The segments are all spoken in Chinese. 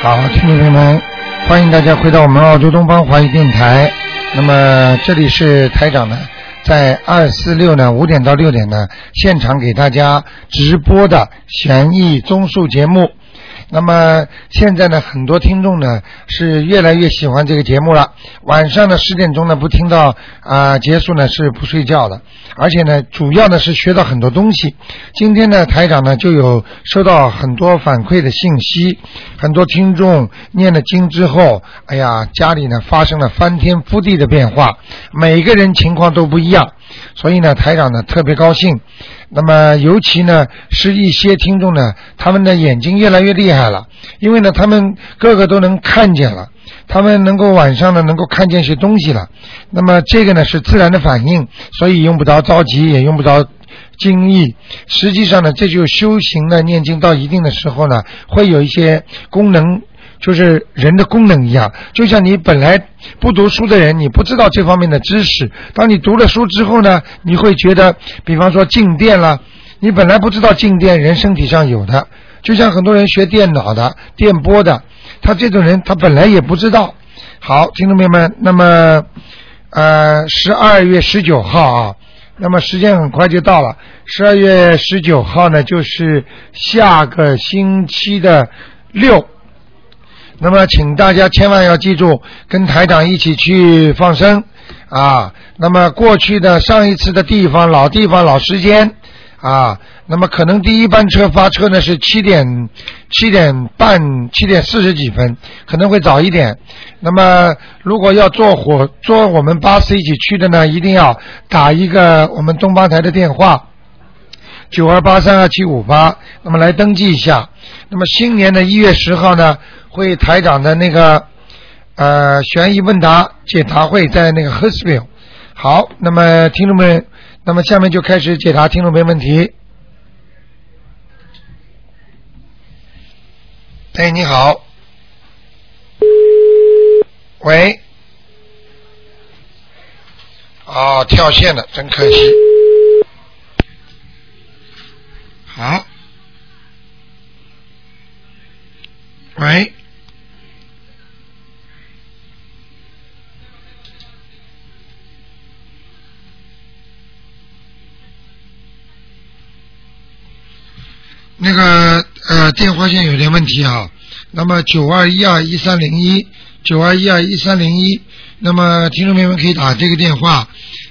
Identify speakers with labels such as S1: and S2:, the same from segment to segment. S1: 好，听众朋友们，欢迎大家回到我们澳洲东方华语电台。那么这里是台长呢，在二四六呢五点到六点呢，现场给大家直播的悬疑综述节目。那么现在呢，很多听众呢是越来越喜欢这个节目了。晚上呢十点钟呢不听到啊、结束呢是不睡觉的，而且呢主要呢是学到很多东西。今天呢台长呢就有收到很多反馈的信息，很多听众念了经之后，哎呀家里呢发生了翻天覆地的变化，每个人情况都不一样，所以呢台长呢特别高兴。那么尤其呢，是一些听众呢，他们的眼睛越来越厉害了，因为呢，他们个个都能看见了，他们能够晚上呢能够看见些东西了。那么这个呢是自然的反应，所以用不着着急，也用不着惊异。实际上呢，这就是修行呢，念经到一定的时候呢，会有一些功能。就是人的功能一样，就像你本来不读书的人，你不知道这方面的知识。当你读了书之后呢，你会觉得，比方说静电啦，你本来不知道静电人身体上有的，就像很多人学电脑的、电波的，他这种人他本来也不知道。好，听众朋友们，那么呃，十二月十九号啊，那么时间很快就到了。十二月十九号呢，就是下个星期的六。那么，请大家千万要记住，跟台长一起去放生啊。那么，过去的上一次的地方，老地方，老时间啊。那么，可能第一班车发车呢是七点七点半、七点四十几分，可能会早一点。那么，如果要坐火坐我们巴士一起去的呢，一定要打一个我们东方台的电话。九二八三二七五八，那么来登记一下。那么新年的一月十号呢，会台长的那个呃悬疑问答解答会在那个 h e r s v i l l e 好，那么听众们，那么下面就开始解答听众朋友问题。哎，你好。喂。哦，跳线了，真可惜。好。喂。那个呃，电话线有点问题啊。那么九二一二一三零一，九二一二一三零一。那么听众朋友们可以打这个电话。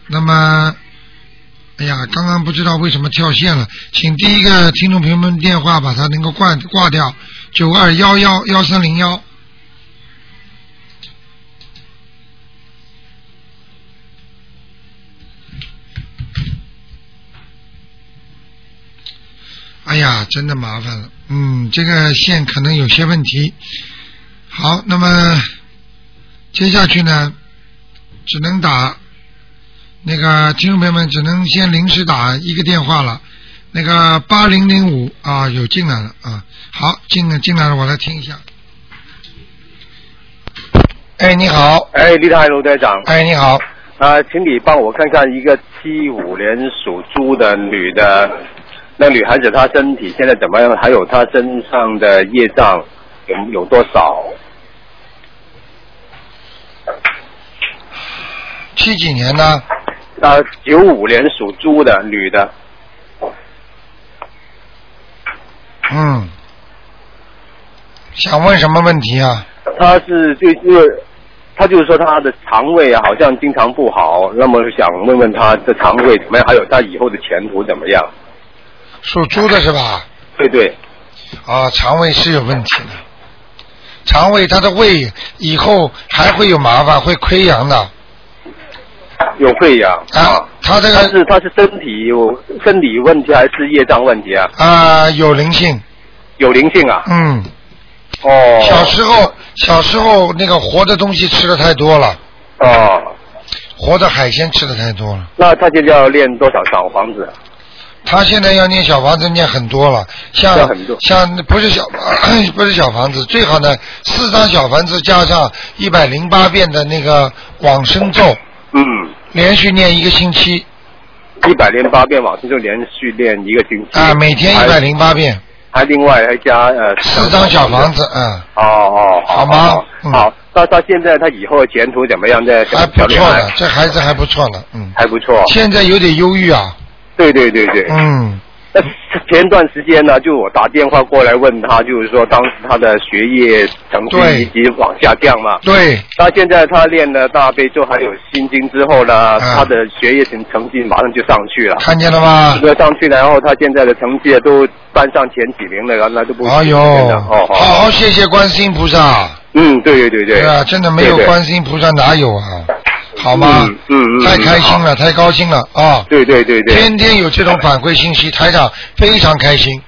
S1: 那么哎呀，刚刚不知道为什么跳线了，请第一个听众朋友们电话把它能够挂挂掉，九二幺幺幺三零幺。哎呀，真的麻烦了，嗯，这个线可能有些问题。好，那么接下去呢，只能打那个听众朋友们只能先临时打一个电话了。那个八零零五啊，有进来了啊，好，进了进来了，我来听一下。哎，你好，
S2: 哎，厉害，卢台长
S1: 哎，你好，
S2: 啊、请你帮我看看一个七五年属猪的女的，那女孩子她身体现在怎么样？还有她身上的业障有有多少？
S1: 七几年呢？
S2: 啊、九五年属猪的女的，
S1: 嗯，想问什么问题啊？
S2: 她是就因为她就是说她的肠胃啊好像经常不好，那么想问问她的肠胃怎么样，还有她以后的前途怎么样？
S1: 属猪的是吧？
S2: 对对，
S1: 啊，肠胃是有问题的，肠胃它的胃以后还会有麻烦，会溃疡的
S2: 有肺炎
S1: 啊。它这
S2: 她
S1: 个
S2: 是她是身体有身体问题还是业障问题啊？
S1: 啊、有灵性，
S2: 有灵性啊？
S1: 嗯，
S2: 哦，
S1: 小时候小时候那个活的东西吃的太多了，
S2: 哦，
S1: 活的海鲜吃的太多了。
S2: 那他现在要练多少小房子啊？
S1: 他现在要念小房子念很多了，像
S2: 要很多
S1: 像不是小 不是小房子，最好呢四张小房子加上一百零八遍的那个往生咒，
S2: 嗯，
S1: 连续念一个星期
S2: 一百零八遍往生就连续练一个星期
S1: 啊，每天一百
S2: 嗯还
S1: 零八遍，
S2: 还另外还加呃
S1: 四张小房子，嗯，
S2: 哦哦，
S1: 好吗
S2: 好
S1: 嗯
S2: 好，那他现在他以后的前途怎么样？这小
S1: 还
S2: 小
S1: 不
S2: 女
S1: 错
S2: 孩
S1: 的，这孩子还不错呢，嗯，
S2: 还不错。
S1: 现在有点忧郁啊，
S2: 对对对对。
S1: 嗯，
S2: 那 前段时间呢，就我打电话过来问他，就是说当时他的学业成绩
S1: 对
S2: 一直往下降嘛。
S1: 对，
S2: 那现在他练了大悲咒还有心经之后呢，
S1: 嗯
S2: 他的学业成成绩马上就上去了。
S1: 看见了吗？
S2: 这个上去了，然后他现在的成绩都班上前几名了，原来都不
S1: 哎呦，
S2: 真的哦
S1: 好
S2: 哦，
S1: 好谢谢观世音菩萨，
S2: 嗯，对对对对，
S1: 对啊，真的没有
S2: 对对
S1: 观世音菩萨哪有啊，好吗
S2: 嗯？嗯嗯
S1: 太开心了，太高兴了啊！
S2: 对对对对，
S1: 天天有这种反馈信息，台长非常开心，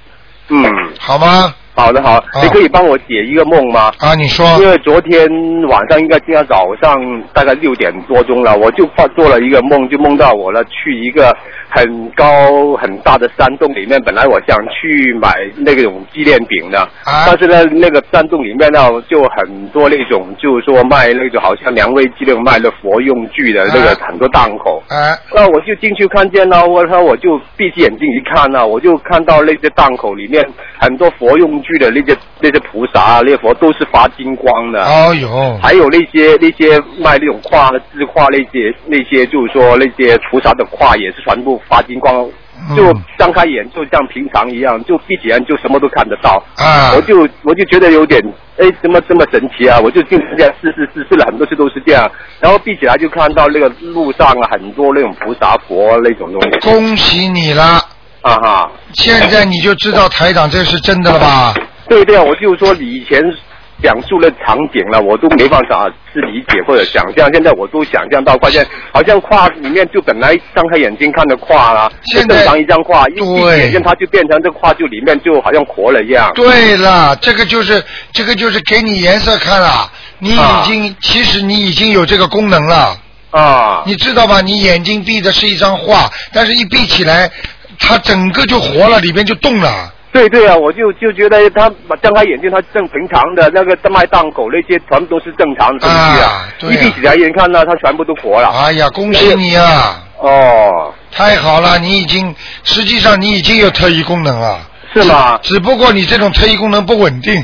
S2: 嗯，
S1: 好吗？
S2: 好的好，
S1: 哦
S2: 你可以帮我解一个梦吗？
S1: 啊，你说
S2: 因为昨天晚上应该今天早上大概六点多钟了，我就发做了一个梦，就梦到我了，去一个很高很大的山洞里面。本来我想去买那种纪念饼的，
S1: 啊
S2: 但是呢，那个山洞里面呢就很多那种，就是说卖那种好像良味鸡那种卖的佛用具的那个
S1: 啊
S2: 很多档口。
S1: 哎，
S2: 那我就进去看见了，我他我就闭起眼睛一看呢、我就看到那些档口里面很多佛用具的那些那些菩萨啊，那些佛都是发金光的，
S1: 哎呦，
S2: 还有那些那些卖那种胯字胯那些那些就是说那些菩萨的胯也是全部发金光，
S1: 嗯
S2: 就张开眼就像平常一样，就闭起眼就什么都看得到。
S1: 啊
S2: 我，就我就觉得有点，哎，怎么这么神奇啊？我就经常这样试试试试了很多次都是这样，然后闭起来就看到那个路上啊很多那种菩萨佛那种东西
S1: 恭喜你了，
S2: 啊哈。
S1: 现在你就知道台长这是真的了吧？
S2: 对对啊，我就说你以前讲述的场景了，我都没办法去理解或者想象，现在我都想象到，发现好像胯里面就本来张开眼睛看的胯啊，就
S1: 现在
S2: 正常一张胯，一闭
S1: 对
S2: 眼睛它就变成这胯就里面就好像活了一样。
S1: 对了，这个就是这个就是给你颜色看
S2: 啊
S1: 了，你已经、其实你已经有这个功能了，
S2: 啊，
S1: 你知道吧？你眼睛闭的是一张画，但是一闭起来，它整个就活了，里边就动了。
S2: 对对啊，我就就觉得他张开眼睛，他正平常的那个卖档口那些全部都是正常的东西
S1: 啊对啊
S2: 一闭起来眼看到它全部都活了。
S1: 哎呀，恭喜你啊！
S2: 哦，
S1: 太好了，你已经实际上你已经有特异功能了，
S2: 是吗？
S1: 只不过你这种特异功能不稳定。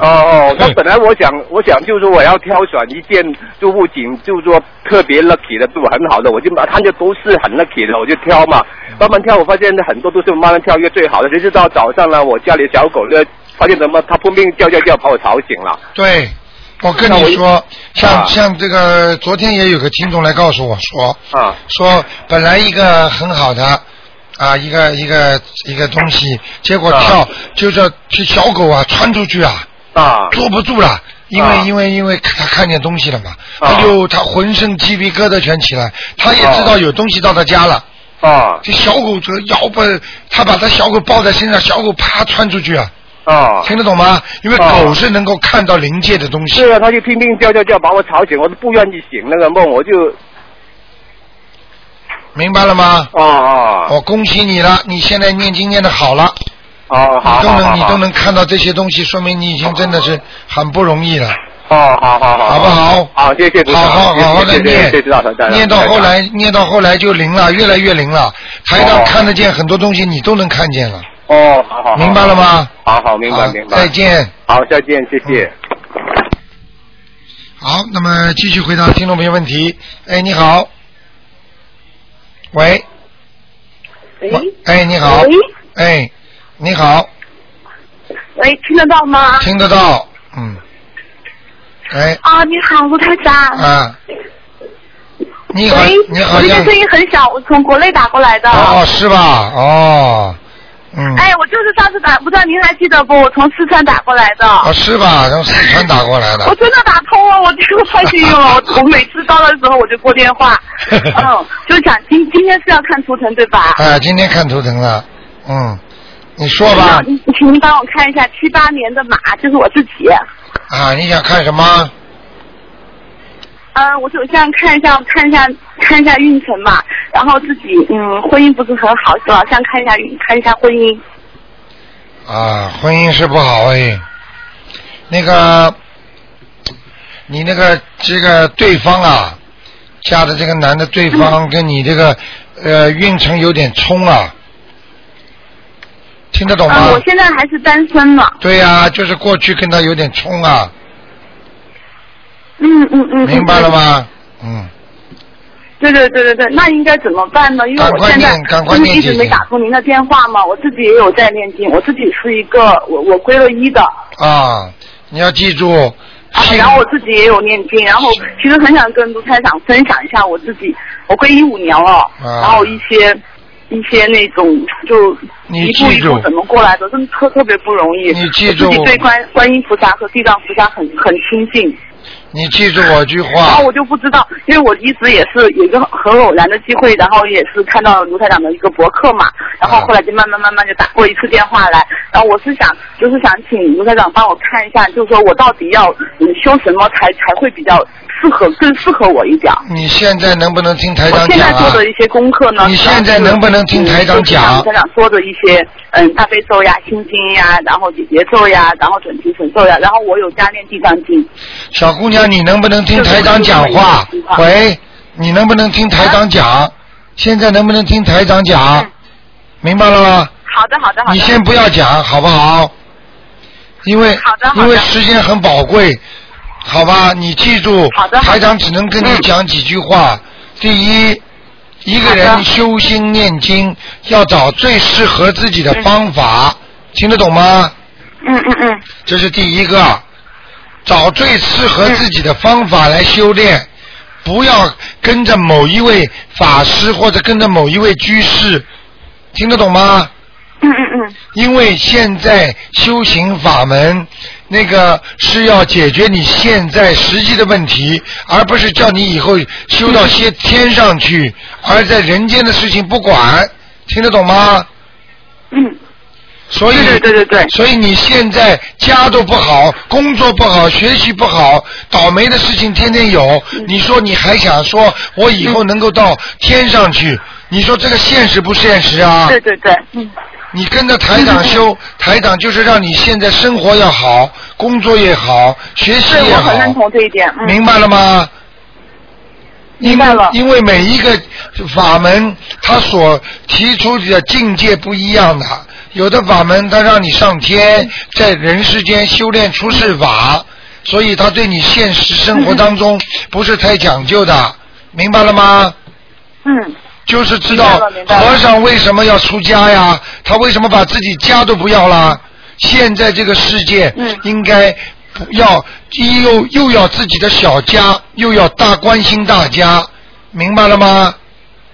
S2: 哦哦，那本来我想，我想就是说我要挑选一件就物品，就是说特别 lucky 的，对我很好的，我就把它就都是很 lucky 的，我就挑嘛。
S1: 嗯
S2: 慢慢挑，我发现很多都是慢慢挑一个最好的。谁知道早上呢，我家里小狗呢，发现怎么它扑命叫叫叫，把我吵醒了。
S1: 对，我跟你说，像像这个昨天也有个听众来告诉我说，
S2: 啊
S1: 说本来一个很好的啊一个一个一个东西，结果
S2: 啊
S1: 跳、就是这小狗啊窜出去啊，
S2: 啊！
S1: 坐不住了。因为、
S2: 啊
S1: 因为因为他看见东西了嘛，
S2: 啊
S1: 他就他浑身鸡皮疙瘩全起来，他也知道有东西到他家了。
S2: 啊
S1: 这小狗这摇吧，他把他小狗抱在身上，小狗啪窜出去啊，
S2: 啊！
S1: 听得懂吗？因为
S2: 啊
S1: 狗是能够看到灵界的东西。
S2: 是啊，他就拼命叫叫叫，把我吵醒，我都不愿意醒那个梦，我就
S1: 明白了吗？
S2: 哦哦
S1: 我恭喜你了，你现在念经念的好了，
S2: 哦，好好
S1: 你都
S2: 好
S1: 能你
S2: 好
S1: 都能看到这些东西，说明你已经真的是很不容易了，
S2: 哦，好好好，
S1: 好不好？
S2: 好，谢谢，
S1: 好好好好的念
S2: 谢谢，
S1: 念到后来念到后来就灵了，越来越灵了。台上
S2: 哦
S1: 看得见很多东西，你都能看见了，
S2: 哦，好好，
S1: 明白了？吗？
S2: 好好，明白
S1: 好
S2: 明白，
S1: 再，见。
S2: 好，再见，谢谢。
S1: 好，那么继续回答听众朋友问题。哎，你好。喂。
S3: 喂
S1: 哎，你好。
S3: 喂
S1: 哎，你好，
S3: 喂，听得到吗？
S1: 听得到。嗯。哎。
S3: 啊，你好，卢台长。
S1: 啊，你好
S3: 喂，，
S1: 你好
S3: 我这
S1: 像
S3: 个声音很小，我从国内打过来的。
S1: 哦，是吧？哦，嗯，
S3: 哎，我就是上次打，不知道您还记得不？我从四川打过来的。
S1: 哦，是吧？从四川打过来
S3: 我
S1: 的，
S3: 真的打通了，我这个太幸 运了。我我每次到的时候我就拨电话，嗯，就想今今天是要看图腾对吧？
S1: 哎，今天看图腾了，嗯，你说吧，
S3: 您嗯请您帮我看一下七八年的马，就是我自己。
S1: 啊，你想看什么？
S3: 呃，我首先看一下看一下看一下运程嘛，然后自己嗯婚姻不是很好，老想看一下运看一下婚姻。
S1: 啊，婚姻是不好哎，那个，你那个这个对方啊，嫁的这个男的对方跟你这个呃运程有点冲啊，听得懂吗？
S3: 嗯，我现在还是单身嘛。
S1: 对呀、就是过去跟他有点冲 啊，
S3: 嗯嗯嗯。
S1: 明白了
S3: 嗯？
S1: 吗？嗯，
S3: 对对对对对，那应该怎么办呢？因为
S1: 赶
S3: 我
S1: 快
S3: 现在
S1: 念赶
S3: 不
S1: 快
S3: 是
S1: 念
S3: 一直
S1: 姐
S3: 没
S1: 姐
S3: 打通您的电话嘛，我自己也有在念经，我自己是一个我我归了一的，
S1: 啊，你要记住，
S3: 啊，然后我自己也有念经，然后其实很想跟卢台长分享一下我自己，我归一五年了，
S1: 啊
S3: 然后一些一些那种就
S1: 你
S3: 一步
S1: 记
S3: 一
S1: 住
S3: 步怎么过来的，真的特特别不容易。
S1: 你记住
S3: 我自己对观观音菩萨和地藏菩萨很很亲近，
S1: 你记住我一句
S3: 然
S1: 话
S3: 后，我就不知道，因为我一直也是有一个很偶然的机会，然后也是看到卢台长的一个博客嘛，然后后来就慢慢慢慢就打过一次电话来，然后我是想就是想请卢台长帮我看一下，就是说我到底要嗯修什么才才会比较适合更适合我一点。
S1: 你现在能不能听台
S3: 我
S1: 长
S3: 现
S1: 讲
S3: 在做
S1: 啊？
S3: 的一些功课呢，
S1: 你现在能不能听台长讲
S3: 嗯就是像台长说的一些，嗯，大悲咒呀、心经呀，然后解结咒呀，然后准提神咒呀，然后我有加念地藏经。
S1: 小姑娘，你能不能听台长讲话
S3: 就是我？
S1: 喂，你能不能听台长讲？现在能不能听台长讲
S3: 嗯？
S1: 明白了吗？
S3: 好的，好的，好的。
S1: 你先不要讲，好不好？因为
S3: 好的好的
S1: 因为时间很宝贵，好吧？你记住
S3: 好，的好的
S1: 台长只能跟你讲几句话。第一，一个
S3: 好
S1: 人
S3: 的
S1: 修心念经，要找最适合自己的方法，听得懂吗？
S3: 嗯嗯嗯，
S1: 这是第一个，找最适合自己的方法来修炼，不要跟着某一位法师或者跟着某一位居士，听得懂吗？
S3: 嗯嗯嗯。
S1: 因为现在修行法门，那个是要解决你现在实际的问题，而不是叫你以后修到些天上去，而在人间的事情不管，听得懂吗？
S3: 嗯，
S1: 所以，
S3: 对对对对对，
S1: 所以你现在家都不好，工作不好，学习不好，倒霉的事情天天有。
S3: 嗯
S1: 你说你还想说我以后能够到天上去？你说这个现实不现实啊？
S3: 对对对，嗯，
S1: 你跟着台长修，台长就是让你现在生活要好，工作也好，学习
S3: 对
S1: 也
S3: 我
S1: 好
S3: 很，认同这一点，嗯，
S1: 明白了吗？
S3: 明白了
S1: 因为因为每一个法门，它所提出的境界不一样的，有的法门它让你上天，
S3: 嗯
S1: 在人世间修炼出世法，所以它对你现实生活当中不是太讲究的，明白了吗？
S3: 嗯，
S1: 就是知
S3: 明白
S1: 道
S3: 了明白了
S1: 和尚为什么要出家呀？他为什么把自己家都不要啦？现在这个世界
S3: 嗯
S1: 应该不要又又要自己的小家，又要大关心大家，明白了吗？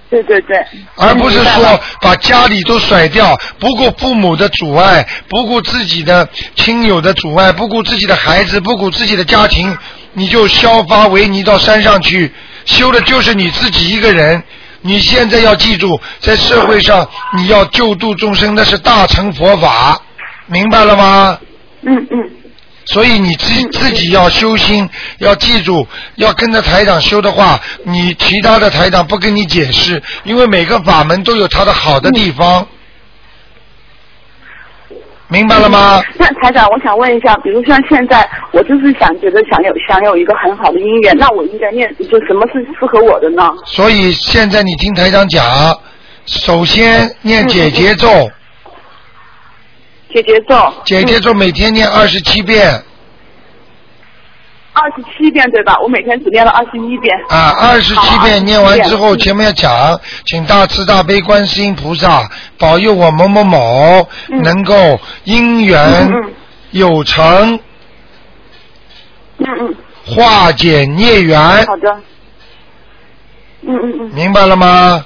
S3: 对对对，
S1: 而不是
S3: 明白
S1: 说
S3: 了
S1: 把家里都甩掉，不顾父母的阻碍，不顾自己的亲友的阻碍，不顾自己的孩子，不顾自己的家庭，你就削发为尼到山上去，修的就是你自己一个人。你现在要记住，在社会上你要救度众生，那是大乘佛法，明白了吗？
S3: 嗯嗯，
S1: 所以你自自己要修心，要记住，要跟着台长修的话，你其他的台长不跟你解释，因为每个法门都有它的好的地方，明白了吗？
S3: 那台长，我想问一下，比如像现在，我就是想觉得想有想有一个很好的姻缘，那我应该念就什么是适合我的呢？
S1: 所以现在你听台长讲，首先念解结咒，
S3: 解结咒，
S1: 解结
S3: 嗯
S1: 咒每天念二十七遍
S3: 二十七遍对吧？我每天只念了二十一遍。
S1: 啊，二十七
S3: 好
S1: 遍念完之后，
S3: 嗯
S1: 前面要讲，请大慈大悲观世音菩萨保佑我某某某
S3: 嗯
S1: 能够姻缘
S3: 嗯嗯
S1: 有成，
S3: 嗯嗯，
S1: 化解孽缘，
S3: 好的。嗯嗯嗯，
S1: 明白了吗？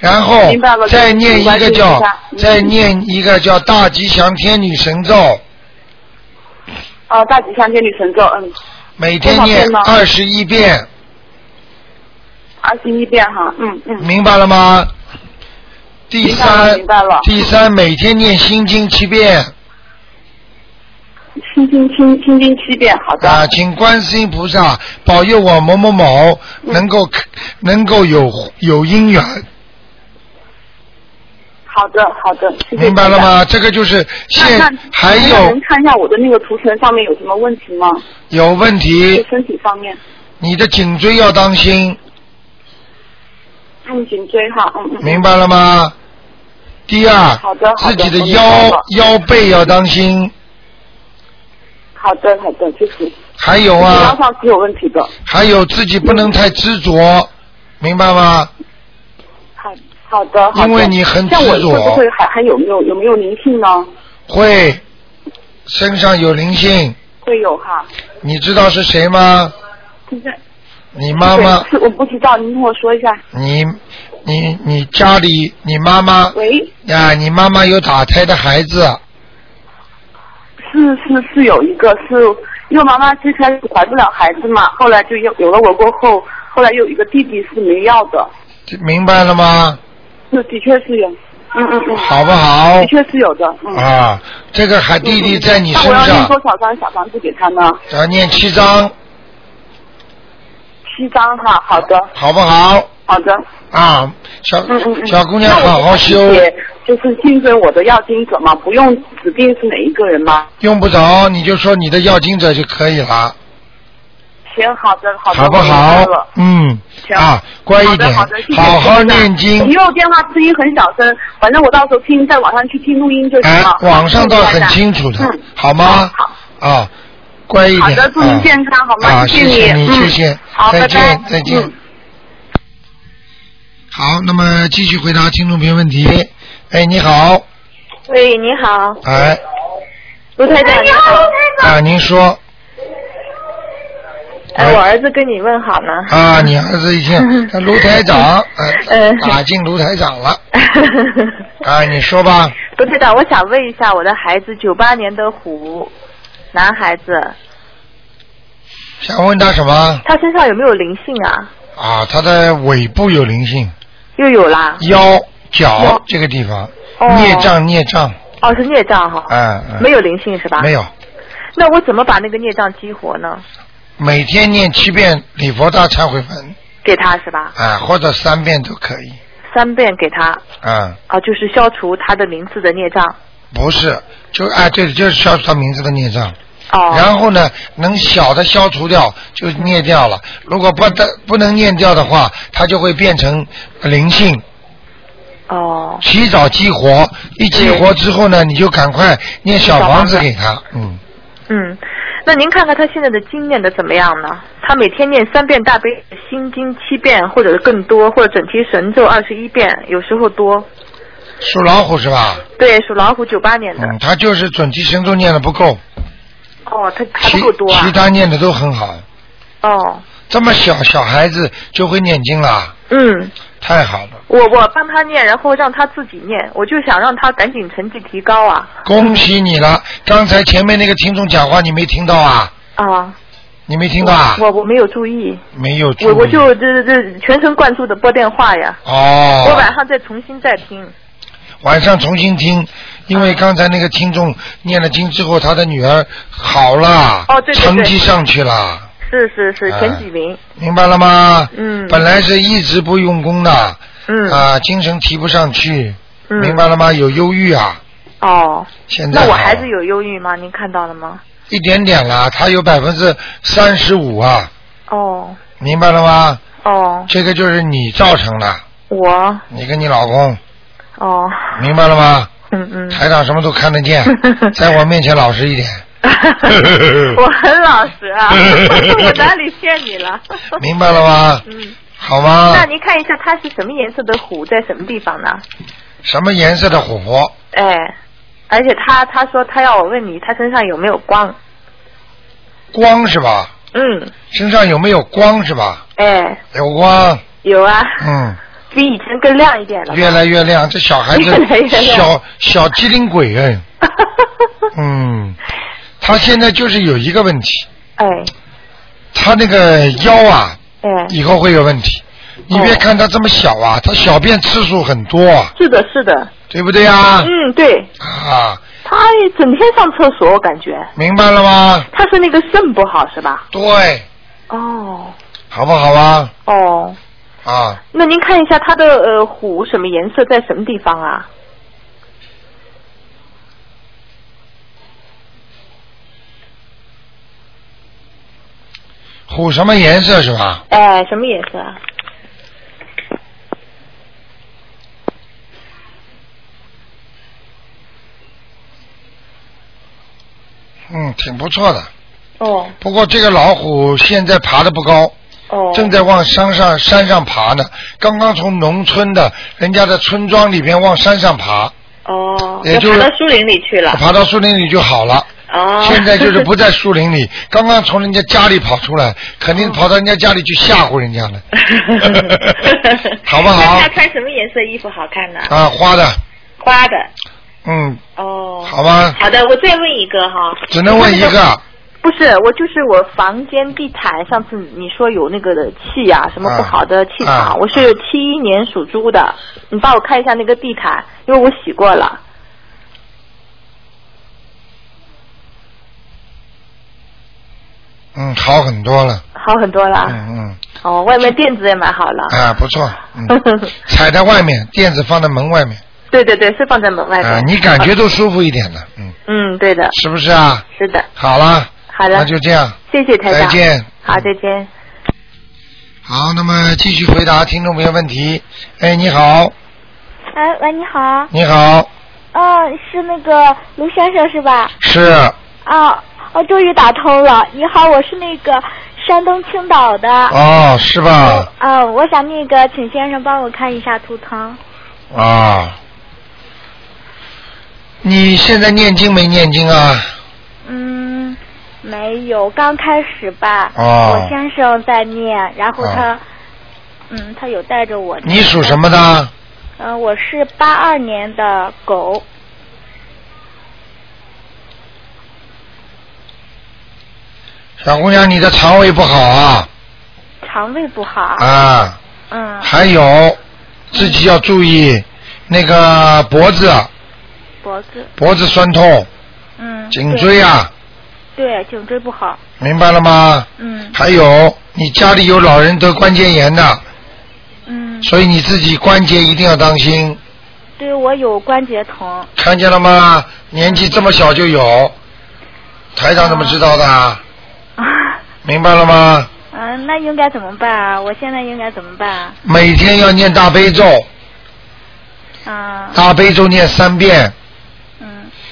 S1: 然后
S3: 明白了
S1: 再念一个叫
S3: 观世音菩萨，嗯
S1: 再念一个叫大吉祥天女神咒，
S3: 哦，大吉祥天女神咒，嗯，
S1: 每天念
S3: 多少遍
S1: 二十一遍，
S3: 二十一遍哈，嗯嗯，
S1: 明白了吗？第
S3: 明白了
S1: 三
S3: 明白了，
S1: 第三每天念心经七遍
S3: 心经心心经七遍，好的。
S1: 啊，请观世音菩萨保佑我某某某
S3: 嗯
S1: 能够能够有有姻缘，
S3: 好的，好的，谢谢
S1: 明白了
S3: 台长？
S1: 吗？这个就是现
S3: 那那
S1: 还
S3: 台长
S1: 有
S3: 能看一下我的那个图腾上面有什么问题吗？
S1: 有问
S3: 就
S1: 题，
S3: 身体方面，
S1: 你的颈椎要当心。
S3: 嗯，颈椎哈，嗯嗯，嗯
S1: 明白了吗？第二
S3: 好的，好
S1: 自
S3: 的
S1: 己的
S3: 我明
S1: 腰
S3: 白了
S1: 腰背要当心，
S3: 好的，好的，谢谢。
S1: 还有啊
S3: 腰，上是有问题的。
S1: 还有自己不能太执
S3: 嗯
S1: 着，明白吗？
S3: 好，好的，好的。
S1: 因为你很
S3: 像我
S1: 执
S3: 会
S1: 着
S3: 不会还还有没有有没有灵性呢？
S1: 会，身上有灵性，
S3: 会有哈。
S1: 你知道是谁吗？
S3: 现在
S1: 你妈妈
S3: 对，是我不知道，您跟我说一下。
S1: 你你你家里，你妈妈
S3: 喂，
S1: 啊，你妈妈有打胎的孩子，
S3: 是是是有一个是，因为妈妈最开始怀不了孩子嘛，后来就有有了我过后，后来又有一个弟弟是没要的，
S1: 明白了吗？
S3: 是的确是有，嗯嗯嗯，
S1: 好不好
S3: 的？确是有的，嗯。
S1: 啊，这个还弟弟在你身
S3: 那我要念
S1: 上，
S3: 多少张小房子给他呢？
S1: 要念七章，
S3: 七张哈，好的，
S1: 好不好？
S3: 好的，
S1: 啊，小
S3: 嗯嗯嗯。
S1: 小姑娘
S3: 那我
S1: 好好修，
S3: 也就是精准我的要经者嘛，不用指定是哪一个人嘛。
S1: 用不着你就说你的要经者就可以了，
S3: 行，好的，好的，
S1: 好不
S3: 我明白
S1: 好
S3: 了？
S1: 嗯，
S3: 行
S1: 啊，乖一点
S3: 好的，好的，谢谢
S1: 好好
S3: 谢谢
S1: 念经
S3: 因。为我电话声音很小声，反正我到时候听在网上去听录音就行
S1: 哎
S3: 了。，
S1: 网上倒很清楚的
S3: 嗯，
S1: 好吗？啊，乖一点。
S3: 好的祝您
S1: 啊
S3: 健康好吗
S1: 啊，
S3: 谢
S1: 谢
S3: 谢
S1: 你，
S3: 你
S1: 谢
S3: 嗯
S1: 谢。
S3: 好
S1: 再
S3: 拜
S1: 见，
S3: 拜
S1: 再见
S3: 嗯。
S1: 好，那么继续回答听众朋友问题。哎，你好，
S4: 喂，你好，
S1: 哎，
S4: 卢台哎长，你好，
S1: 啊，您说
S4: 哎，我儿子跟你问好呢。
S1: 啊，你儿子已 经卢台长，呃，
S4: 嗯
S1: 打进卢台长了啊，你说吧，
S4: 卢台长，我想问一下我的孩子，九八年的虎，男孩子，
S1: 想问他什么？
S4: 他身上有没有灵性啊？
S1: 啊，他的尾部有灵性，
S4: 又有啦，
S3: 哦
S1: 腰脚
S4: 腰
S1: 这个地方
S4: 哦
S1: 孽障孽障，
S4: 哦，是孽障哈、
S1: 嗯嗯
S4: 没有灵性是吧？
S1: 没。有。
S4: 那我怎么把那个孽障激活呢？
S1: 每天念七遍礼佛大忏悔文
S4: 给他是吧？
S1: 啊，或者三遍都可以
S4: 三遍给他，
S1: 啊，
S4: 啊，就是消除他的名字的孽障。
S1: 不是就啊，对，就是消除他名字的孽障。
S4: 哦。
S1: 然后呢，能小的消除掉就念掉了，如果不得不能念掉的话，它就会变成灵性，
S4: 哦，
S1: 提早激活。一激活之后呢，你就赶快念小房子
S4: 小房子
S1: 给他，嗯，
S4: 嗯，那您看看他现在的经念的怎么样呢？他每天念三遍大悲心经七遍，或者是更多，或者整提神咒二十一遍，有时候多。
S1: 属老虎是吧？
S4: 对，属老虎九八年的。
S1: 嗯，他就是准提神咒念的不够，
S4: 哦，他还
S1: 其
S4: 不够多啊
S1: 其。他念的都很好。
S4: 哦，
S1: 这么小小孩子就会念经啦，
S4: 嗯，
S1: 太好了。
S4: 我我帮他念，然后让他自己念，我就想让他赶紧成绩提高啊
S1: 恭喜你了！刚才前面那个听众讲话你没听到啊？
S4: 啊！
S1: 你没听到啊？
S4: 我我没有注意，
S1: 没有注意。
S4: 我我就这这全神贯注的拨电话呀。
S1: 哦。
S4: 我晚上再重新再听。
S1: 晚上重新听，因为刚才那个听众念了经之后，他的女儿好了，
S4: 哦对对对
S1: 成绩上去了，
S4: 是是是，
S1: 哎
S4: 前几名。
S1: 明白了吗？
S4: 嗯
S1: 本来是一直不用功的，
S4: 嗯。
S1: 啊，精神提不上去，
S4: 嗯
S1: 明白了吗？有忧郁啊，
S4: 哦。
S1: 现在
S4: 那我
S1: 好了
S4: 孩子有忧郁吗？您看到了吗？
S1: 一点点啦，他有百分之三十五啊，
S4: 哦
S1: 明白了吗？
S4: 哦，
S1: 这个就是你造成的，
S4: 我
S1: 你跟你老公。
S4: 哦，
S1: 明白了吗？
S4: 嗯嗯，
S1: 台长什么都看得 见，在我面前老实一点，嗯
S4: 我很老实啊，我哪里骗你了？
S1: 明白了吗？
S4: 嗯，
S1: 好吗
S4: 那？您看一下它是什么颜色的虎，在什么地方呢？
S1: 什么颜色的火火？
S4: 哎，而且他他说他要我问你，他身上有没有光？
S1: 光是吧？
S4: 嗯，
S1: 身上有没有光是吧？
S4: 哎，
S1: 有光，
S4: 有啊，
S1: 嗯，
S4: 比以前更亮一点 了。
S1: 越来越亮。这小孩子
S4: 越来越亮
S1: 小小机灵鬼 哎，嗯，他现在就是有一个问题，
S4: 哎
S1: 他那个腰啊，
S4: 哎，
S1: 以后会有问题。你别
S4: 哦
S1: 看他这么小啊，他小便次数很多啊，
S4: 是的，是的，
S1: 对不对啊？
S4: 嗯，对，
S1: 啊，
S4: 他整天上厕所，我感觉
S1: 明白了吗？
S4: 他是那个肾不好是吧？
S1: 对，
S4: 哦
S1: 好不好啊？
S4: 哦，
S1: 啊，
S4: 那您看一下它的呃虎什么颜色，在什么地方啊？
S1: 虎什么颜色是吧？
S4: 哎，什么颜色？啊？
S1: 嗯，挺不错的。
S5: 哦
S1: 不过这个老虎现在爬的不高，
S5: 哦，
S1: 正在往山上山上爬呢。刚刚从农村的人家的村庄里边往山上爬，
S5: 哦，
S1: 也
S5: 要
S1: 就是
S5: 爬到树林里去了。
S4: 啊
S1: 爬到树林里就好了。
S5: 哦，，
S1: 现在就是不在树林里，刚刚从人家家里跑出来，肯定跑到人家家里去吓唬人家了好不好
S5: 那？他穿什么颜色衣服好看呢？
S1: 啊，花的，
S5: 花的。
S1: 嗯，
S5: 哦。
S1: 好吧，
S5: 好的，我再问一个哈。
S1: 只能问一个，
S4: 不是，我就是我房间地毯，上次你说有那个的气啊，什么不好的气场，
S1: 啊啊
S4: 我是七一年属猪的，你帮我看一下那个地毯，因为我洗过了。
S1: 嗯，好很多了，
S4: 好很多啦。
S1: 嗯嗯，
S4: 哦，外面垫子也买好了。
S1: 啊，不错，嗯，踩在外面，垫子放在门外面，
S4: 对对对，是放在门外的。
S1: 啊，你感觉都舒服一点了，嗯，
S4: 嗯，对的，
S1: 是不是啊？
S4: 是的。
S1: 好了，
S4: 好的
S1: 那，就这样，
S4: 谢谢台
S1: 再
S4: 长。。
S1: 见。
S4: 好，再见。
S1: 好，那么继续回答听众朋友问题。哎，你好，
S6: 哎喂，你好，
S1: 你好，
S6: 嗯，是那个卢先生是吧？
S1: 是
S6: 啊，我终于打通了。你好，我是那个山东青岛的。
S1: 哦，是吧？
S6: 啊，我想那个请先生帮我看一下图腾。
S1: 啊，你现在念经没念经啊？
S6: 嗯，没有，刚开始吧。
S1: 哦
S6: 我先生在念，然后他，
S1: 哦
S6: 嗯，他有带着我。
S1: 你属什么？的？
S6: 嗯、我是八二年的狗。
S1: 小姑娘，你的肠胃不好啊？
S6: 肠胃不好，
S1: 啊，
S6: 嗯，
S1: 还有自己要注意那个脖子，
S6: 脖子，
S1: 脖子酸痛，
S6: 嗯，
S1: 颈椎啊，
S6: 对，对，颈椎不好，
S1: 明白了吗？
S6: 嗯
S1: 还有你家里有老人得关节炎的，
S6: 嗯，
S1: 所以你自己关节一定要当心，
S6: 对我有关节疼，
S1: 看见了吗？年纪这么小就有，台长怎么知道的啊？
S6: 啊，
S1: 明白了吗？
S6: 嗯，那应该怎么办啊？我现在应该怎么办啊？
S1: 每天要念大悲咒，
S6: 啊，
S1: 大悲咒念三遍，
S6: 嗯，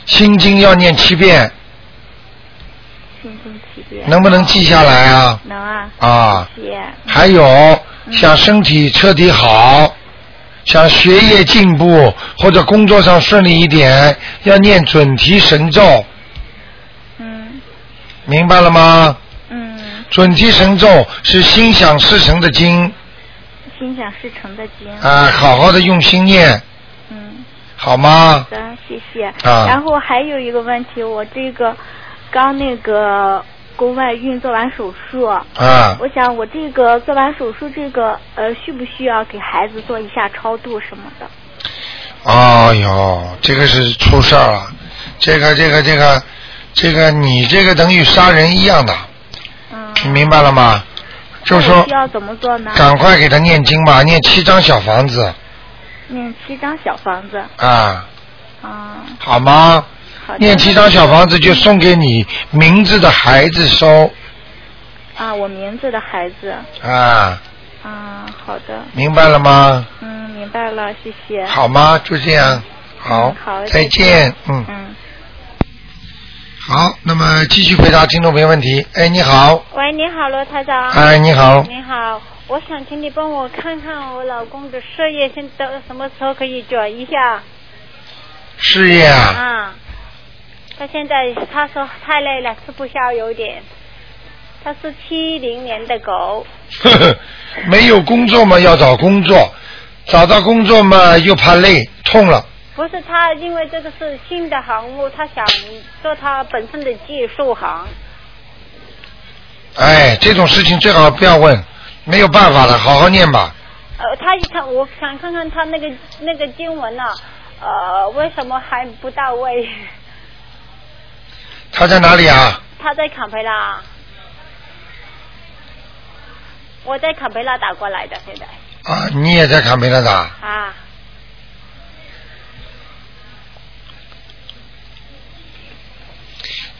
S1: 心经要念七遍，
S6: 心经起变，
S1: 能不能记下来啊？
S6: 能啊，
S1: 啊，
S6: 谢，嗯
S1: 还有想身体彻底好，想学业进步或者工作上顺利一点，要念准提神咒，
S6: 嗯
S1: 明白了吗？
S6: 嗯，
S1: 准提神咒是心想事成的经
S6: 心想事成的经，
S1: 啊、好好的用心念，
S6: 嗯，
S1: 好吗
S6: 好？的，谢谢。
S1: 啊
S6: 然后还有一个问题，我这个刚那个宫外孕做完手术，
S1: 啊，
S6: 我想我这个做完手术这个呃，需不需要给孩子做一下超度什么的？
S1: 哎呦，这个是出事儿了，这个这个这个这个你这个等于杀人一样的，
S6: 嗯，
S1: 你明白了吗？就
S6: 那
S1: 说
S6: 我需要怎么做呢？
S1: 赶快给他念经吧，念七张小房子
S6: 念嗯七张小房子，
S1: 啊，
S6: 嗯，
S1: 好吗？
S6: 好的。
S1: 念七张小房子就送给你名字的孩子收
S6: 啊，我名字的孩子，
S1: 啊，
S6: 嗯，好的，
S1: 明白了吗？
S6: 嗯，明白了，谢谢。
S1: 好吗？就这样，好
S6: 嗯，好
S1: 再
S6: 再
S1: 见，嗯，
S6: 嗯，
S1: 好，那么继续回答听众朋友问题。哎，你好，
S6: 喂，你好，罗台长。
S1: 哎，你好，
S6: 你好，我想请你帮我看看我老公的事业，现在什么时候可以转一下？
S1: 事业 啊，
S6: 啊，他现在他说太累了，吃不消有点。他是七零年的狗，
S1: 呵呵，没有工作嘛，要找工作，找到工作嘛又怕累，痛了，
S6: 不是他，因为这个是新的行目，他想做他本身的技术行。
S1: 哎，这种事情最好不要问，没有办法了，好好念吧。
S6: 呃，他他我想看看他那个那个经文呢、呃，为什么还不到位？
S1: 他在哪里啊？
S6: 他在坎培拉，我在坎培拉打过来的，现在
S1: 啊，你也在卡梅拉达？
S6: 啊，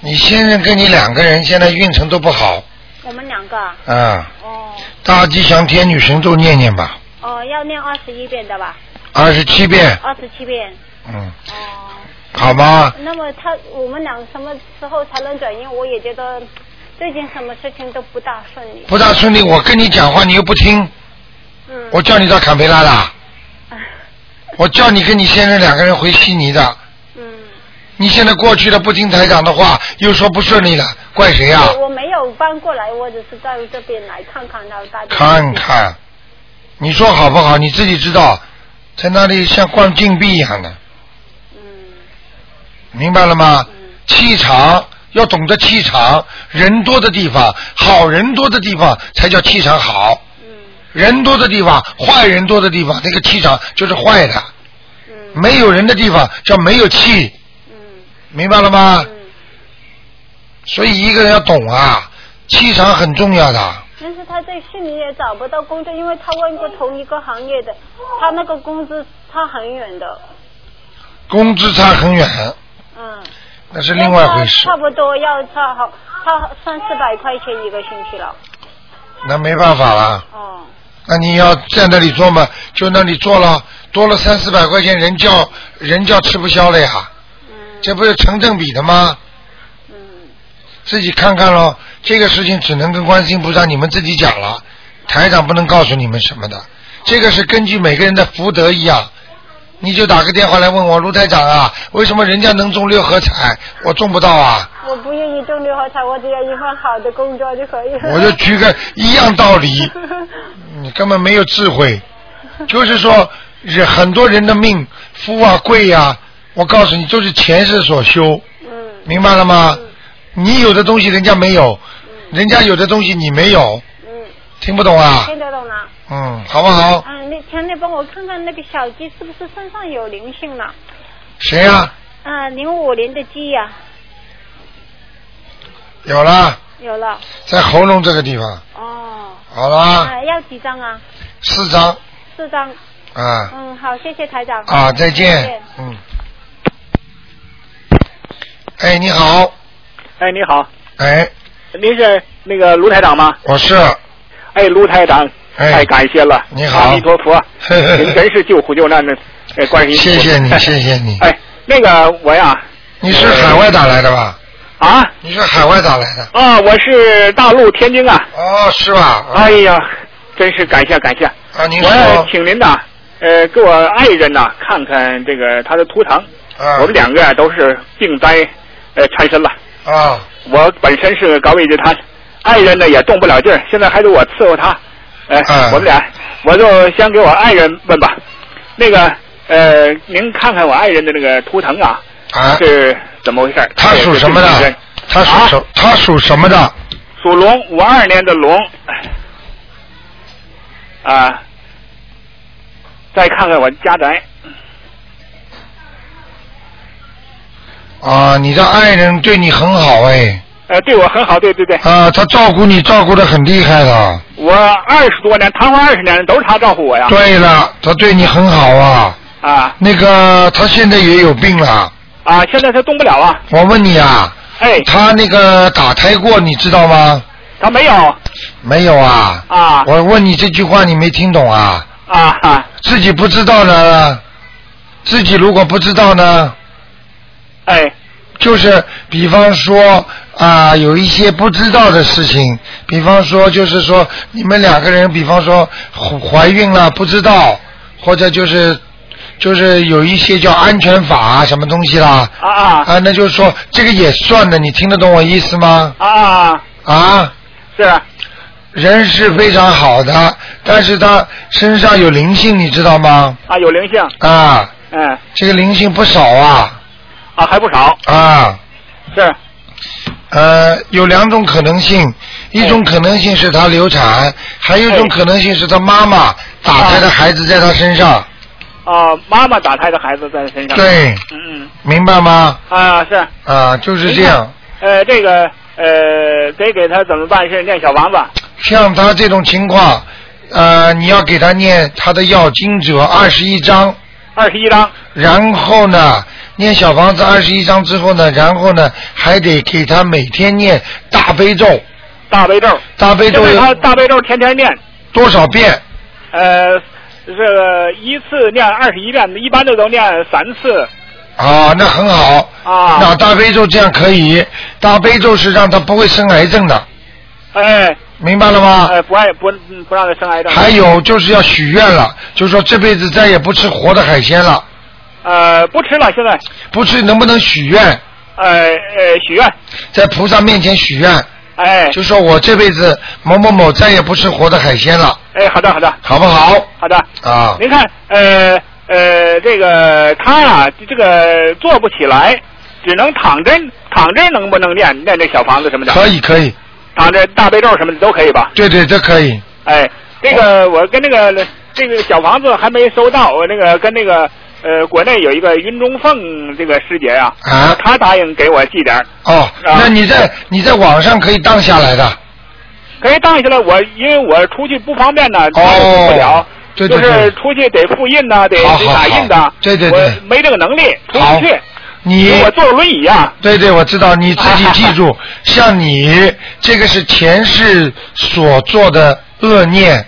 S1: 你先生跟你两个人现在运程都不好
S6: 我们两个
S1: 啊。
S6: 哦
S1: 大吉祥天女神咒念念吧，
S6: 哦，要念二十一遍的吧，
S1: 二十七遍，
S6: 二十七遍
S1: 嗯，
S6: 哦，
S1: 好吗？
S7: 那么他我们俩什么时候才能转运？我也觉得最近什么事情都不大顺利。
S1: 不大顺利，我跟你讲话你又不听，
S7: 嗯。
S1: 我叫你到坎培拉 的，我叫你跟你先生两个人回悉尼的，
S7: 嗯。
S1: 你现在过去了不听台长的话，又说不顺利了，怪谁啊呀、
S7: 我我没有搬过来，我只是到这边来看看到大家。
S1: 看看，你说好不好？你自己知道，在那里像逛禁闭一样的，
S7: 嗯
S1: 明白了吗？气场要懂得气场，人多的地方，好人多的地方才叫气场好。
S7: 嗯
S1: 人多的地方，坏人多的地方，那个气场就是坏的。
S7: 嗯
S1: 没有人的地方叫没有气，
S7: 嗯
S1: 明白了吗？
S7: 嗯。
S1: 所以一个人要懂啊，气场很重要的。
S7: 但是他在悉尼也找不到工作，因为他问过同一个行业的，他那个工资差很远的，
S1: 工资差很远，
S7: 嗯。
S1: 那是另外回事
S7: 差。不多要差好，差三四百块钱一个星期了。
S1: 那没办法了，
S7: 哦，
S1: 那你要在那里做嘛，就那里做了，多了三四百块钱，人叫人叫吃不消了呀，
S7: 嗯
S1: 这不是成正比的吗？
S7: 嗯
S1: 自己看看咯，这个事情只能跟观世音菩萨你们自己讲了，台长不能告诉你们什么的。这个是根据每个人的福德一样，你就打个电话来问我卢台长啊，为什么人家能中六合彩，我中不到啊？
S7: 我不愿意中六合彩，我只要一份好的工作就可以了。
S1: 我就举个一样道 理，你根本没有智慧。就是说，人很多人的命富啊贵呀、我告诉你，就是前世所修，
S7: 嗯
S1: 明白了吗？你有的东西人家没有，
S7: 嗯
S1: 人家有的东西你没有，
S7: 嗯，
S1: 听不懂啊？
S7: 听得懂了。
S1: 嗯，好不好？
S7: 嗯，你强烈帮我看看那个小鸡是不是身上有灵性了？
S1: 谁呀、
S7: 啊，零五年的鸡呀、
S1: 有了，
S7: 有了。
S1: 在喉咙这个地方，
S7: 哦。
S1: 好了，
S7: 啊，要几张啊？
S1: 四张
S7: 四张。
S1: 啊
S7: 嗯，好，谢谢台长。
S1: 啊，再
S7: 再
S1: 见
S7: 见，
S1: 嗯。哎，你好，
S8: 哎，你好，
S1: 哎，
S8: 您是那个卢台长吗？
S1: 我是，
S8: 哎，卢台长，
S1: 哎
S8: 太感谢了，
S1: 你好
S8: 阿弥陀 佛，您真是救苦救难的，哎，观世音菩萨
S1: 谢谢你，谢谢你。
S8: 哎，那个我呀，
S1: 你是海外打来的吧？
S8: 啊
S1: 你是海外打来的？
S8: 啊，我是大陆天津啊，
S1: 哦，是吧？
S8: 哎呀，真是感谢感谢，
S1: 啊，您
S8: 我要
S1: 说，
S8: 请您呐，呃，给我爱人呐看看这个他的图腾，
S1: 啊，
S8: 我们两个啊都是病灾呃缠身了，
S1: 啊，
S8: 我本身是高位截瘫，爱人呢也动不了劲儿，现在还得我伺候他。哎、
S1: 嗯
S8: 我们俩，我就先给我爱人问吧。那个，呃，您看看我爱人的那个图腾啊，
S1: 啊，
S8: 是怎么回事儿？
S1: 他属什么
S8: 这是
S1: 的
S8: 人？
S1: 他
S8: 啊
S1: 属什？他属什么的？
S8: 属龙，五二年的龙。啊，再看看我家宅，
S1: 啊，你的爱人对你很好哎，
S8: 呃，对我很好，对对对，啊
S1: 啊，他照顾你照顾的很厉害的。
S8: 我二十多年，谈婚二十年都是他照顾我呀。
S1: 对了，他对你很好啊。
S8: 啊
S1: 那个，他现在也有病了。
S8: 啊，现在他动不了啊，
S1: 我问你啊，
S8: 哎，
S1: 他那个打胎过，你知道吗？
S8: 他没有
S1: 没有啊。
S8: 啊
S1: 我问你这句话，你没听懂啊？
S8: 啊啊
S1: 自己不知道呢，自己如果不知道呢，
S8: 哎，
S1: 就是比方说啊、有一些不知道的事情，比方说就是说你们两个人，比方说怀怀孕了不知道，或者就是就是有一些叫安全法啊什么东西啦，
S8: 啊啊
S1: 啊，那就是说这个也算的，你听得懂我意思吗？
S8: 啊啊，
S1: 啊，
S8: 是啊
S1: 人是非常好的，但是他身上有灵性，你知道吗？
S8: 啊，有灵性，
S1: 啊，
S8: 嗯
S1: 这个灵性不少啊
S8: 啊，还不少，
S1: 啊，
S8: 是
S1: 呃，有两种可能性，一种可能性是她流产，还有一种
S8: 哎
S1: 可能性是她妈妈打胎的孩子在她身上，
S8: 啊，妈妈打胎的孩子在身上，，
S1: 对，
S8: 嗯嗯
S1: 明白吗？
S8: 啊是，
S1: 啊，就是这样。
S8: 呃这个呃得给他怎么办？是念小王子，
S1: 像她这种情况，呃，你要给她念她的要经者二十一章，
S8: 二十一章，
S1: 然后呢，念小房子二十一章之后呢，然后呢，还得给她每天念大悲咒，
S8: 大悲咒，
S1: 大悲
S8: 现
S1: 咒
S8: 在他
S1: 有
S8: 大悲咒天天念，
S1: 多少遍？
S8: 呃这个一次念二十一遍，一般的都念三次，
S1: 啊，那很好。
S8: 啊
S1: 那大悲咒这样可以，大悲咒是让他不会生癌症的，
S8: 哎，
S1: 明白了吗？
S8: 哎，不爱不嗯不让他生癌症。
S1: 还有就是要许愿了，就说这辈子再也不吃活的海鲜了，
S8: 呃，不吃了，现在
S1: 不吃能不能许愿？
S8: 呃呃许愿，
S1: 在菩萨面前许愿，
S8: 哎
S1: 就说我这辈子某某某再也不吃活的海鲜了，
S8: 哎，好的好的
S1: 好不好？
S8: 好的。
S1: 啊，
S8: 您看，呃呃，这个他呀、这个坐不起来，只能躺着，躺着能不能练练这小房子什么的？
S1: 可以可以，
S8: 躺着大悲咒什么的都可以吧？
S1: 对对，这可以。
S8: 哎，这
S1: 哦
S8: 个我跟那个这个小房子还没收到，我那个跟那个呃国内有一个云中凤这个师姐呀、
S1: 啊
S8: 她答应给我寄点儿
S1: 哦，
S8: 啊
S1: 那你在你在网上可以当下来的，
S8: 可以当下来我，因为我出去不方便呢，
S1: 哦
S8: 不了。
S1: 对对
S8: 就是
S1: 对
S8: 出去得复印呐、得
S1: 好
S8: 得
S1: 好
S8: 哎打印的
S1: 好。对对对
S8: 我没这个能力，出
S1: 好
S8: 不去。
S1: 你
S8: 我坐轮椅呀、
S1: 对对，我知道，你自己记 住，像你这个是前世所做的恶念，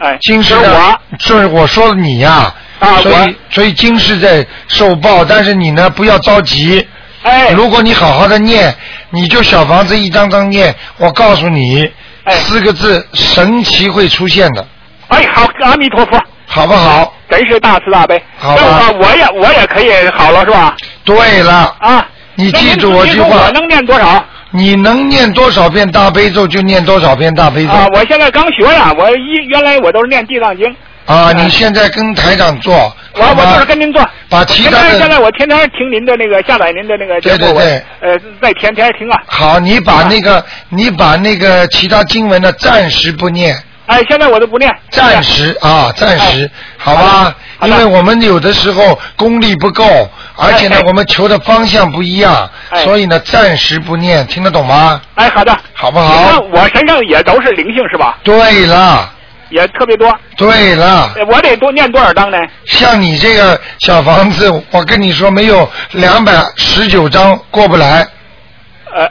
S8: 哎，
S1: 今世
S8: 就是
S1: 的
S8: 我，
S1: 就是我说的你呀、
S8: 啊
S1: 所
S8: 我
S1: 以所以今世在受报，但是你呢不要着急，
S8: 哎，
S1: 如果你好好的念，你就小房子一张张念，我告诉你，
S8: 哎
S1: 四个字神奇会出现的，
S8: 哎，好，阿弥陀佛，
S1: 好不好？
S8: 真是大慈大悲。
S1: 好吧
S8: 那我我也我也可以好了是吧？
S1: 对了，
S8: 啊，
S1: 你记住
S8: 那
S1: 我
S8: 您
S1: 句
S8: 说
S1: 话
S8: 我，能念多少？
S1: 你能念多少遍大悲咒就念多少遍大悲咒
S8: 啊，我现在刚学呀、我一原来我都是念地藏经，
S1: 啊！
S8: 哎
S1: 你现在跟台长做，
S8: 我
S1: 好
S8: 我
S1: 吗
S8: 就是跟您做。
S1: 把啊其
S8: 现
S1: 他
S8: 在现在
S1: 的
S8: 我天天听您的那个下载您的那个节目，
S1: 对对对
S8: 我呃在天天听啊。
S1: 好，你把那个你把那个其他经文呢暂时不念，
S8: 哎，现在我都不念。
S1: 暂时啊，暂时，好吧？
S8: 好的
S1: 因为我们有的时候功力不够，而且呢
S8: 哎哎，
S1: 我们求的方向不一样，
S8: 哎
S1: 所以呢，暂时不念，听得懂吗？
S8: 哎，啊好的。
S1: 好不
S8: 你
S1: 好？
S8: 看我身上也都是灵性是吧？
S1: 对了，
S8: 也特别多，
S1: 对了，
S8: 呃我得多念多少章呢？
S1: 像你这个小房子，我跟你说，没有两百十九张过不来，
S8: 呃，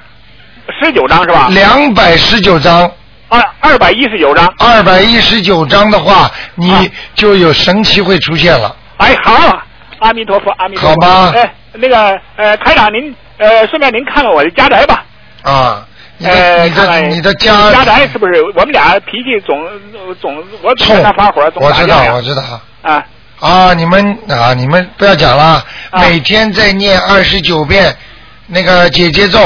S8: 十九章是吧？
S1: 两百十九张。
S8: 二二百一十九章。
S1: 二百一十九章的话，
S8: 啊
S1: 你就有神奇会出现了。
S8: 哎，好，阿弥陀佛，阿弥陀佛。
S1: 好吧
S8: 哎，那个呃，台长您呃，顺便您看看我的家宅吧。
S1: 啊，你的、
S8: 呃，
S1: 你
S8: 看
S1: 的
S8: 看
S1: 你的家
S8: 家宅是不是？我们俩脾气总总我总
S1: 冲
S8: 跟他发火，，总
S1: 我
S8: 打
S1: 知
S8: 架呀
S1: 道我知道
S8: 啊。
S1: 啊！你们啊，你们不要讲了，
S8: 啊
S1: 每天在念二十九遍那个姐姐咒，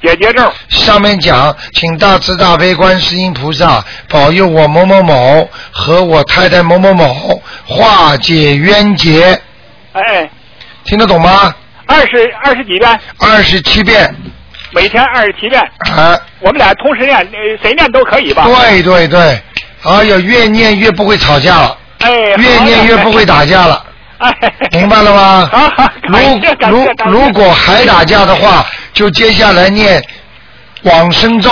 S8: 解决咒，
S1: 上面讲，请大慈大悲观世音菩萨保佑我某某某和我太太某某某化解冤结，
S8: 哎，
S1: 听得懂吗？
S8: 二十二十几遍，
S1: 二十七遍
S8: 每天二十七遍，
S1: 啊，
S8: 我们俩同时念，呃谁念都可以吧？
S1: 对对对，哎呀，越念越不会吵架了。
S8: 哎，
S1: 越
S8: 好嘞
S1: 念越不会打架了，
S8: 哎，
S1: 明白了吗
S8: 好好？
S1: 如
S8: 啊感谢感谢
S1: 如
S8: 感谢
S1: 如果还打架的话，就接下来念往生咒。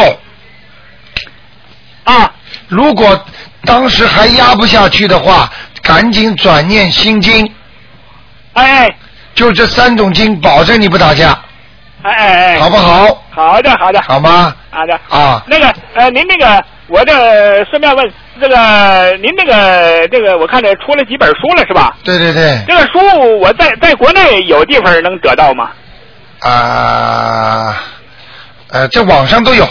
S8: 啊，
S1: 如果当时还压不下去的话，赶紧转念心经，
S8: 哎哎
S1: 就这三种经，保证你不打架，
S8: 哎哎，哎
S1: 好不好？
S8: 好的好的
S1: 好吗？
S8: 好的
S1: 啊，
S8: 那个呃，您那个，我这顺便问，这个您那个这个，我看这出了几本书了是吧？
S1: 对对对，
S8: 这个书我在在国内有地方能得到吗？
S1: 啊，呃，这网上都有，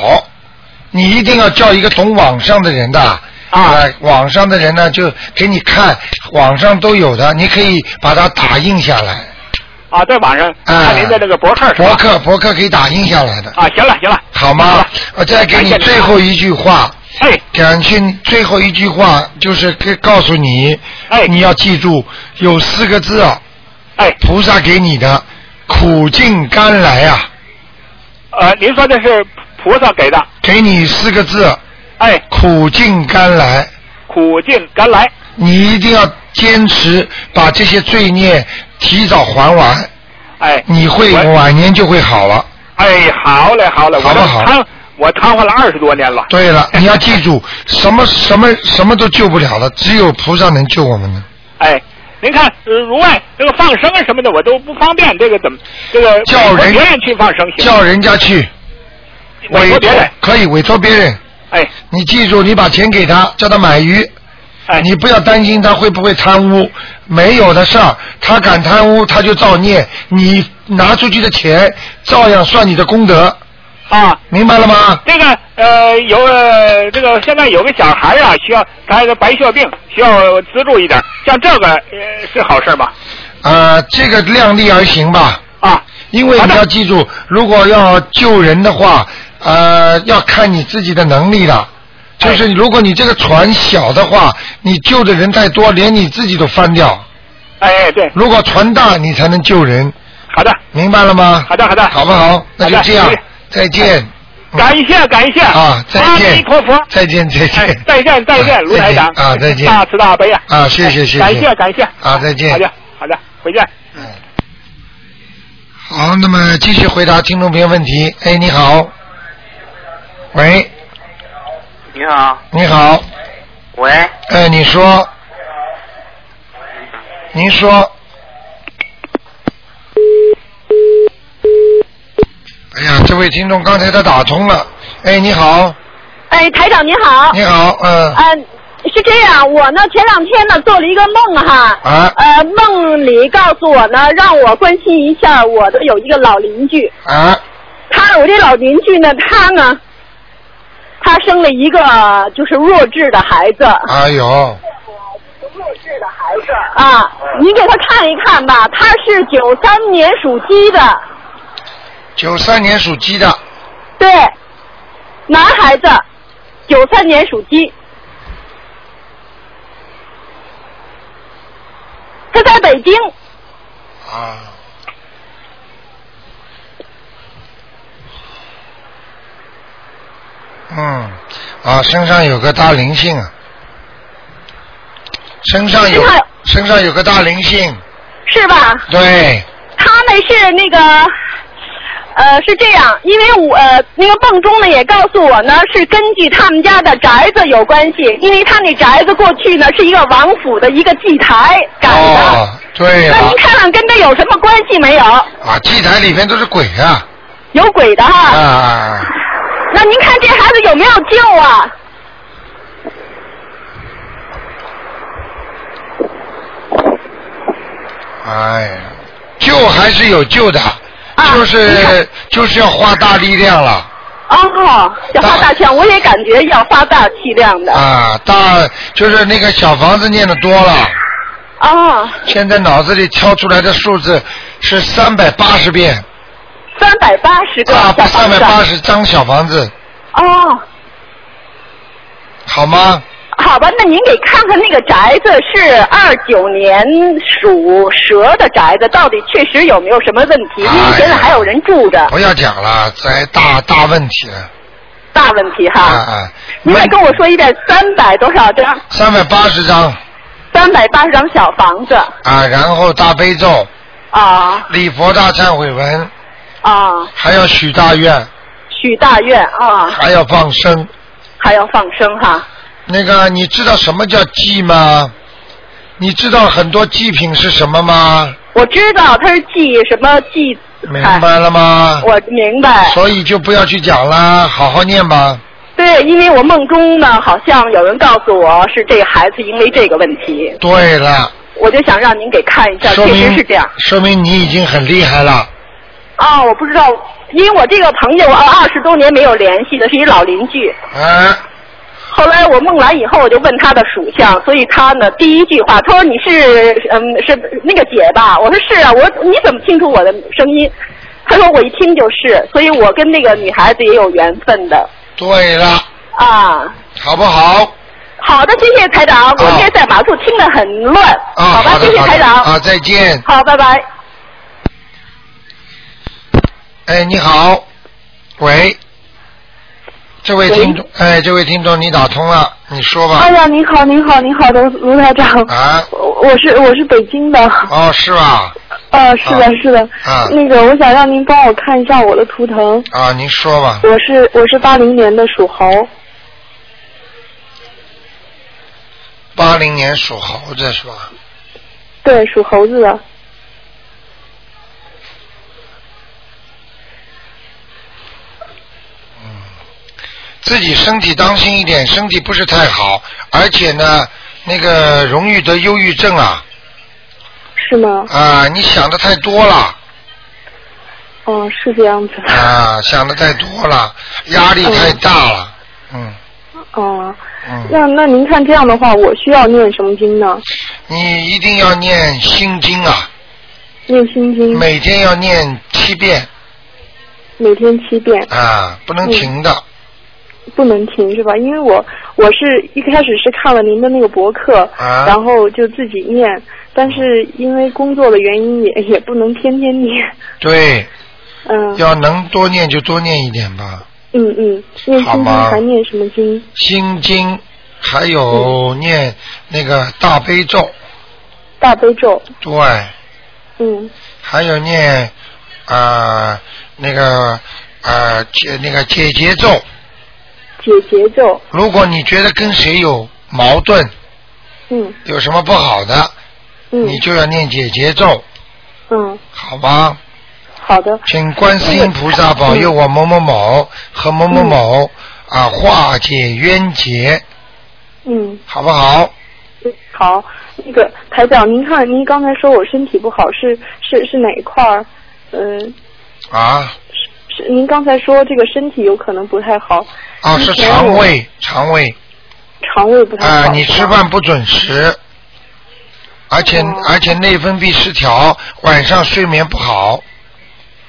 S1: 你一定要叫一个懂网上的人的。
S8: 啊
S1: 呃网上的人呢，就给你看，网上都有的，你可以把它打印下来。
S8: 啊，在网上
S1: 啊
S8: 看您的这个博客是吧？
S1: 博客，博客可以打印下来的，
S8: 啊，行了行了，
S1: 好吗？我再给
S8: 感
S1: 你
S8: 谢啊
S1: 最后一句话，
S8: 哎
S1: 感谢你最后一句话就是给告诉你，
S8: 哎
S1: 你要记住有四个字啊，
S8: 哎
S1: 菩萨给你的苦尽甘来啊，
S8: 呃，您说的是菩萨给的，
S1: 给你四个字
S8: 哎，
S1: 苦尽甘来，
S8: 苦尽甘来，
S1: 你一定要坚持把这些罪孽提早还完。
S8: 哎，
S1: 你会
S8: 我
S1: 晚年就会好了。
S8: 哎，好嘞好嘞，
S1: 好
S8: 我
S1: 不
S8: 这
S1: 好
S8: 瘫我瘫痪了二十多年了。
S1: 对了，你要记住，什么什么什么都救不了了，只有菩萨能救我们呢。
S8: 哎，您看，呃如外这个放生啊什么的，我都不方便，这个怎么这个
S1: 叫人
S8: 别人去放生行吗？
S1: 叫人家去
S8: 委
S1: 委
S8: 托别人，
S1: 可以委托别人。
S8: 哎
S1: 你记住，你把钱给他，叫他买鱼，
S8: 哎
S1: 你不要担心他会不会贪污，没有的事儿，他敢贪污他就造孽，你拿出去的钱照样算你的功德，
S8: 啊，
S1: 明白了吗？
S8: 这个呃，有呃这个现在有个小孩啊，需要他的白血病，需要资助一点，像这个呃是好事吧？
S1: 呃，这个量力而行吧，
S8: 啊，
S1: 因为
S8: 好
S1: 你
S8: 的
S1: 要记住，如果要救人的话，呃，要看你自己的能力了。就是
S8: 哎
S1: 如果你这个船小的话，你救的人太多，连你自己都翻掉；
S8: 哎对，
S1: 如果船大，你才能救人，
S8: 好的，
S1: 明白了吗？
S8: 好的好的
S1: 好不好？那就
S8: 好的
S1: 这样
S8: 谢谢，哎
S1: 再见。嗯
S8: 感谢感谢
S1: 啊，再
S8: 阿弥
S1: 见
S8: 陀佛，，
S1: 再见，再
S8: 哎
S1: 见，，
S8: 再见再
S1: 啊
S8: 见，卢台长
S1: 啊，再见
S8: 大慈大悲呀，哎
S1: 啊，谢谢，谢谢，
S8: 感谢感谢，
S1: 啊，再见
S8: 好。的好的，回见。
S1: 哎好，那么继续回答听众朋友问题。哎，你好，喂，
S9: 你好，
S1: 你好，
S9: 喂，
S1: 哎，你说，您说，哎呀，这位听众刚才他打通了。哎，你好，
S10: 哎，台长您好。
S1: 你好，嗯、
S10: 嗯、是这样，我呢前两天呢做了一个梦哈。
S1: 啊
S10: 呃，梦里告诉我呢，让我关心一下我的有一个老邻居，
S1: 啊，
S10: 他我这老邻居呢，他呢，他生了一个就是弱智的孩子
S1: 哎呦，
S10: 啊，您给他看一看吧，他是九三年属鸡的，
S1: 九三年属鸡的，
S10: 对，男孩子，九三年属鸡。他在北京，
S1: 啊。嗯，啊，身上有个大灵性啊，身上有
S10: 身上有
S1: 身上有个大灵性，
S10: 是吧？
S1: 对，
S10: 他呢是那个，呃，是这样，因为我、呃、那个梦中呢也告诉我呢，是根据他们家的宅子有关系，因为他那宅子过去呢是一个王府的一个祭台改的。
S1: 哦，对
S10: 那
S1: 啊
S10: 您，看看跟他有什么关系没有？
S1: 啊，祭台里面都是鬼啊，
S10: 有鬼的哈。
S1: 啊，
S10: 那您看这孩子有没有救啊？
S1: 哎呀，救还是有救的，
S10: 啊你
S1: 就是
S10: 看
S1: 就是要花大力量了。
S10: 哦，要发大气，我也感觉要发大气量的。
S1: 啊，大就是那个小房子念的多了，
S10: 哦，
S1: 现在脑子里跳出来的数字是三百八十遍
S10: 三百八十个
S1: 啊，
S10: 小
S1: 三
S10: 房
S1: 百
S10: 子。
S1: 八十张小房子，
S10: 哦，
S1: 好吗？
S10: 好吧，那您给看看那个宅子是二九年属蛇的宅子，到底确实有没有什么问题？因
S1: 哎
S10: 为
S1: 呀
S10: 现在还有人住着，
S1: 不要讲了，这大大问题了
S10: 大问题
S1: 啊
S10: 哈。
S1: 啊！
S10: 您再跟我说一遍，三百多少张？
S1: 三百八十张
S10: 三百八十张小房子。
S1: 啊，然后大悲咒、
S10: 啊
S1: 礼佛大忏悔文，
S10: 啊，
S1: 还要许大愿，
S10: 许大愿啊，
S1: 还要放生。
S10: 还要放生哈。
S1: 那个，你知道什么叫祭吗？你知道很多祭品是什么吗？
S10: 我知道他是祭什么祭
S1: 明白了吗？
S10: 啊我明白，
S1: 所以就不要去讲啦，好好念吧。
S10: 对，因为我梦中呢，好像有人告诉我是这个孩子因为这个问题，
S1: 对了，
S10: 我就想让您给看一下，
S1: 说
S10: 确
S1: 明
S10: 实是这样。
S1: 说明你已经很厉害了。
S10: 啊、我不知道，因为我这个朋友啊，二十多年没有联系的，是一老邻居。
S1: 啊，
S10: 后来我梦完以后，我就问他的属相，所以他呢第一句话，他说你是嗯是那个姐吧？我说是啊，我说你怎么清楚我的声音？他说我一听就是，所以我跟那个女孩子也有缘分的
S1: 对了，
S10: 啊。
S1: 好不好？
S10: 好的，谢谢台长，我现在在马路听得很乱，
S1: 啊，
S10: 好
S1: 哦
S10: 吧，
S1: 好的
S10: 谢谢
S1: 好的
S10: 台长，
S1: 啊，再见。
S10: 好，拜拜。
S1: 哎，你好，喂，这位听众，哎，这位听众，你打通了，你说吧
S11: 哎。呀，你好，你好，你好的，卢台长，
S1: 啊，
S11: 我我是我是北京的，
S1: 哦，是吧？
S11: 呃，是的
S1: 啊，
S11: 是的，
S1: 啊
S11: 那个我想让您帮我看一下我的图腾，
S1: 啊，您说吧。
S11: 我是我是八零年的属猴，
S1: 八零年属猴子是吧？
S11: 对，属猴子的，
S1: 自己身体当心一点，身体不是太好，而且呢，那个容易得忧郁症啊
S11: 是吗？
S1: 啊！你想的太多了
S11: 哦，是这样子。
S1: 啊，想的太多了，压力太大了。
S11: 哦，
S1: 嗯，
S11: 那那您看这样的话，我需要念什么经呢？
S1: 你一定要念心经啊，
S11: 念心经，
S1: 每天要念七遍
S11: 每天七遍。
S1: 啊，不能停的。
S11: 不能停是吧？因为我我是一开始是看了您的那个博客，
S1: 啊
S11: 然后就自己念，但是因为工作的原因也 也不能天天念，
S1: 对，
S11: 嗯
S1: 要能多念就多念一点吧。
S11: 嗯嗯，念心
S1: 好
S11: 经
S1: 吗
S11: 还念什么经？
S1: 心经，还有念那个大悲咒，
S11: 大悲咒，
S1: 对，
S11: 嗯
S1: 还有念啊、呃那个呃解那个解结咒。
S11: 解结咒。
S1: 如果你觉得跟谁有矛盾，
S11: 嗯
S1: 有什么不好的，
S11: 嗯
S1: 你就要念解结咒，
S11: 嗯，
S1: 好吗？
S11: 好的。
S1: 请观世音菩萨保佑我某某某和某某某、啊化解冤结，
S11: 嗯，
S1: 好不好？
S11: 好，那个台长，您看您刚才说我身体不好，是是是哪一块儿？嗯、
S1: 啊
S11: 是您刚才说这个身体有可能不太好，
S1: 啊，
S11: 之
S1: 是
S11: 前
S1: 肠
S11: 我
S1: 胃，肠胃
S11: 肠胃不太好。
S1: 啊，你吃饭不准时，而且、
S11: 哦
S1: 而且内分泌失调，晚上睡眠不好，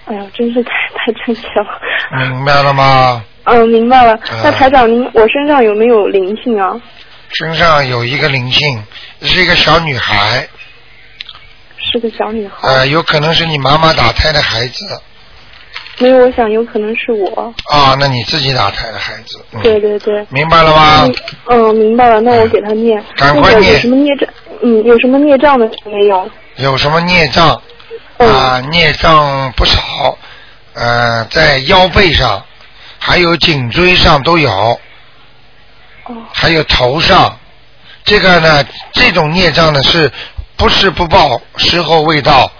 S11: 哎呀，真是太太正确了。
S1: 明白了吗？
S11: 嗯，明白了。
S1: 嗯
S11: 那台长您，我身上有没有灵性啊？
S1: 身上有一个灵性，是一个小女孩，
S11: 是个小女孩，
S1: 呃，有可能是你妈妈打胎的孩子
S11: 没有，我想有可能是我。
S1: 啊，那你自己打胎的孩子，嗯、
S11: 对对对。
S1: 明白了吗？嗯
S11: 嗯，明白了。那我给他念。
S1: 赶快
S11: 那个有
S1: 念
S11: 什么孽障？嗯，有什么孽障的没有？
S1: 有什么孽障？啊，孽障不少，呃，在腰背上，还有颈椎上都有，还有头上。这个呢，这种孽障呢，是不是不报，时候未到，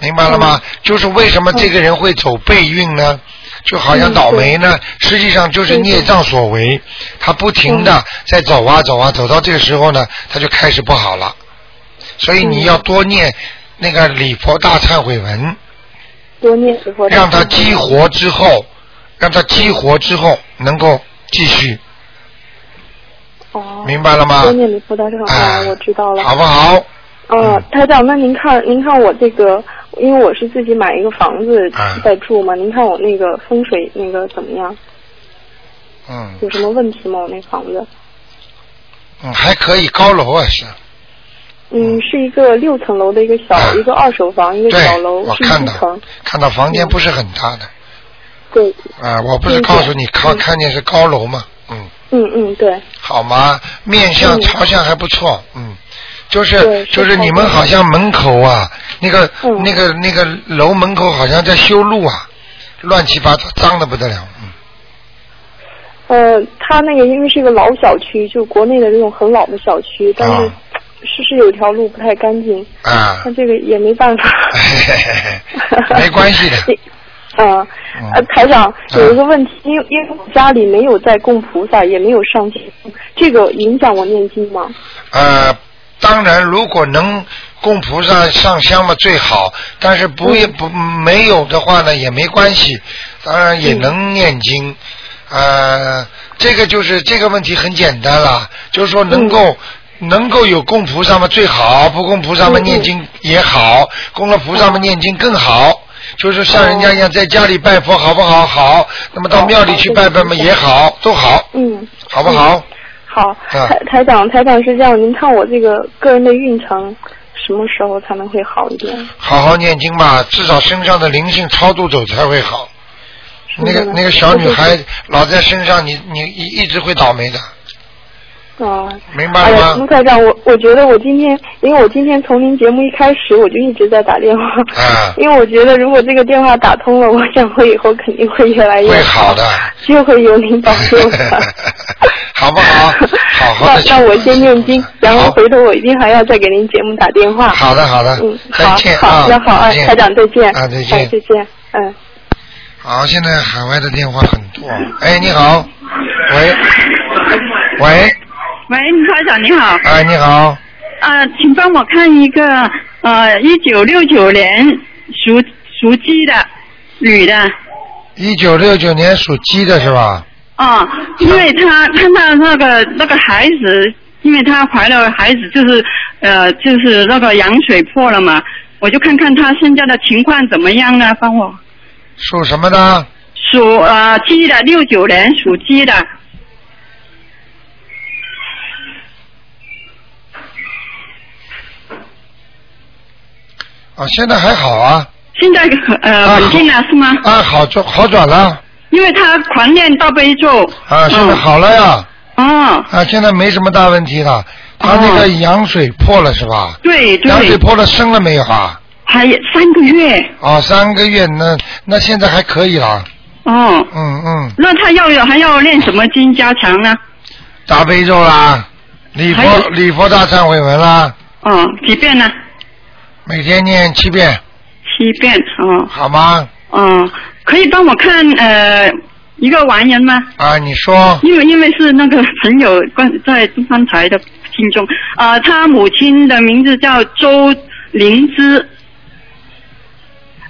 S1: 明白了吗？就是为什么这个人会走背运呢？就好像倒霉呢，实际上就是孽障所为，他不停
S11: 嗯
S1: 的在走啊走啊，走到这个时候呢，他就开始不好了。所以你要多念那个礼佛大忏悔文，
S11: 多念几佛。
S1: 让它激活之后，让它激活之后能够继续，
S11: 哦。
S1: 明白了吗哎
S11: 多念礼佛大忏悔文，啊我知道了。
S1: 好不嗯好？
S11: 呃，台长，那您看，您看我这个，因为我是自己买一个房子
S1: 啊
S11: 在住嘛，您看我那个风水那个怎么样？
S1: 嗯
S11: 有什么问题吗？我那房子，
S1: 嗯，还可以，高楼啊是，
S11: 嗯，是一个六层楼的一个 小、一个二手房，一个小楼，
S1: 我
S11: 是一
S1: 看到
S11: 层，
S1: 看到房间不是很大的
S11: 对，
S1: 啊，我不是
S11: 嗯
S1: 告诉你看看见是高楼嘛，嗯，
S11: 嗯嗯对，
S1: 好吗？面向
S11: 嗯
S1: 朝向还不错，嗯，就是
S11: 对是
S1: 就是你们
S11: 朝向嗯
S1: 好像门口啊，那个那个那个楼门口好像在修路啊，乱七八糟，脏的不得了，嗯，
S11: 呃，它那个因为是一个老小区，就国内的这种很老的小区，但是、
S1: 啊
S11: 是是有一条路不太干净，
S1: 啊，
S11: 但这个也没办法。
S1: 没关系 的，啊
S11: 嗯，呃，台长有一个问题，因为因为我家里没有在供菩萨，也没有上香，这个影响我念经吗？
S1: 呃，当然，如果能供菩萨上香嘛最好，但是不也不没有的话呢也没关系，当然也能念经。呃，这个就是这个问题很简单啦，就是说能够、能够有供菩萨嘛最好，不供菩萨嘛念经也好，供了菩萨嘛念经更好。就是像人家一样在家里拜佛好不好？好，那么到庙里去拜拜嘛也好，都好，
S11: 嗯，
S1: 好不好？
S11: 好，
S1: 啊
S11: 台台长，台长是这样，您看我这个个人的运程什么时候才能会好一点？
S1: 好好念经吧，至少身上的灵性超度走才会好。那
S11: 嗯
S1: 个那个小女孩老在身上，你你一一直会倒霉的，
S11: 啊，
S1: 明白
S11: 哎
S1: 了吗？
S11: 呀，卢台长，我我觉得我今天，因为我今天从您节目一开始我就一直在打电话，
S1: 啊，
S11: 因为我觉得如果这个电话打通了，我想我以后肯定会越来越
S1: 会好的，
S11: 就会有您保佑的。
S1: 好不好？ 好好
S11: 那
S1: 的去
S11: 那。我先念经，然后回头我一定还要再给您节目打电话。
S1: 好的好的
S11: 嗯，
S1: 再
S11: 好
S1: 见，啊
S11: 好，那好，哎
S1: 再见
S11: 台长再见，
S1: 啊再见
S11: 哎再见，嗯。
S1: 好，现在 海外的电话很多。哎，你好，喂，喂，
S12: 喂，卢台长你好。
S1: 哎，你好，
S12: 啊，请帮我看一个呃，一九六九年属属鸡的女的，
S1: 一九六九年属鸡的是吧？
S12: 啊，因为她看到那个那个孩子，因为她怀了孩子，就是呃，就是那个羊水破了嘛，我就看看她现在的情况怎么样呢？帮我
S1: 属什么的？
S12: 属呃鸡的，六九年属鸡的，
S1: 啊，现在还好啊，
S12: 现在可呃稳定了是吗？
S1: 啊，好转好转了，
S12: 因为她狂念大悲咒。
S1: 啊，现在
S12: 嗯
S1: 好了呀。
S12: 啊。
S1: 啊，现在没什么大问题了。他那个羊水破了是吧？
S12: 哦对对
S1: 羊水破了，生了没有啊？
S12: 还三个月。
S1: 哦，三个月，那那现在还可以了。
S12: 哦，
S1: 嗯嗯，
S12: 那她要有还要练什么经加强呢？
S1: 大悲咒啦，礼
S12: 还有
S1: 佛礼佛大忏悔文啦，
S12: 哦，几遍呢？
S1: 每天念七遍，
S12: 七遍哦。
S1: 好吗？
S12: 哦，可以帮我看呃一个完人吗？
S1: 啊，你说
S12: 因为因为是那个朋友关在东方台的听众啊、呃他母亲的名字叫周灵芝，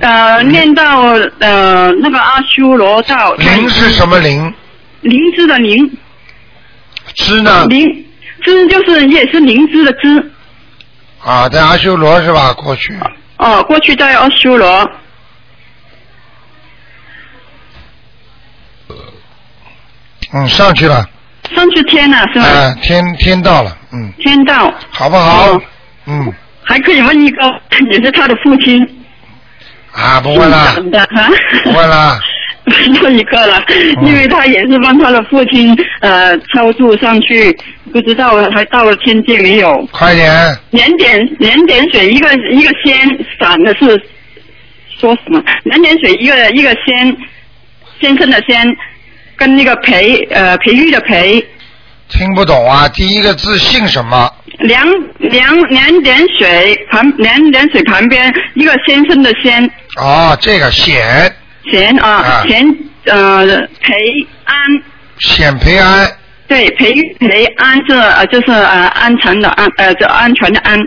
S12: 呃，
S1: 嗯
S12: 念到呃那个阿修罗道。
S1: 灵是什么灵？
S12: 灵芝的灵。哦
S1: 芝呢？
S12: 灵芝就是也是灵芝的芝
S1: 啊，在阿修罗是吧？过去
S12: 哦，过去在阿修罗。
S1: 嗯上去了，
S12: 上去天了是吧？
S1: 啊，天天到了，嗯，
S12: 天道哦
S1: 好不好？嗯，
S12: 还可以问一个，也是他的父亲。
S1: 啊，不问了，
S12: 的啊，
S1: 不哦问 了。
S12: 又一个了，因为他也是帮他的父亲呃超度上去，不知道还到了天界没有。
S1: 快点，
S12: 两点两点水一个一个仙，闪的是说什么？两点水一个一个仙，先生的仙，跟那个培呃培育的培，
S1: 听不懂啊，第一个字姓什么？
S12: 两两两点水旁两点水旁边一个先生的先，
S1: 哦，这个显
S12: 贤啊
S1: 啊
S12: 贤呃培安
S1: 显培安，
S12: 对培培安是呃就是呃安全的安呃就安全的安，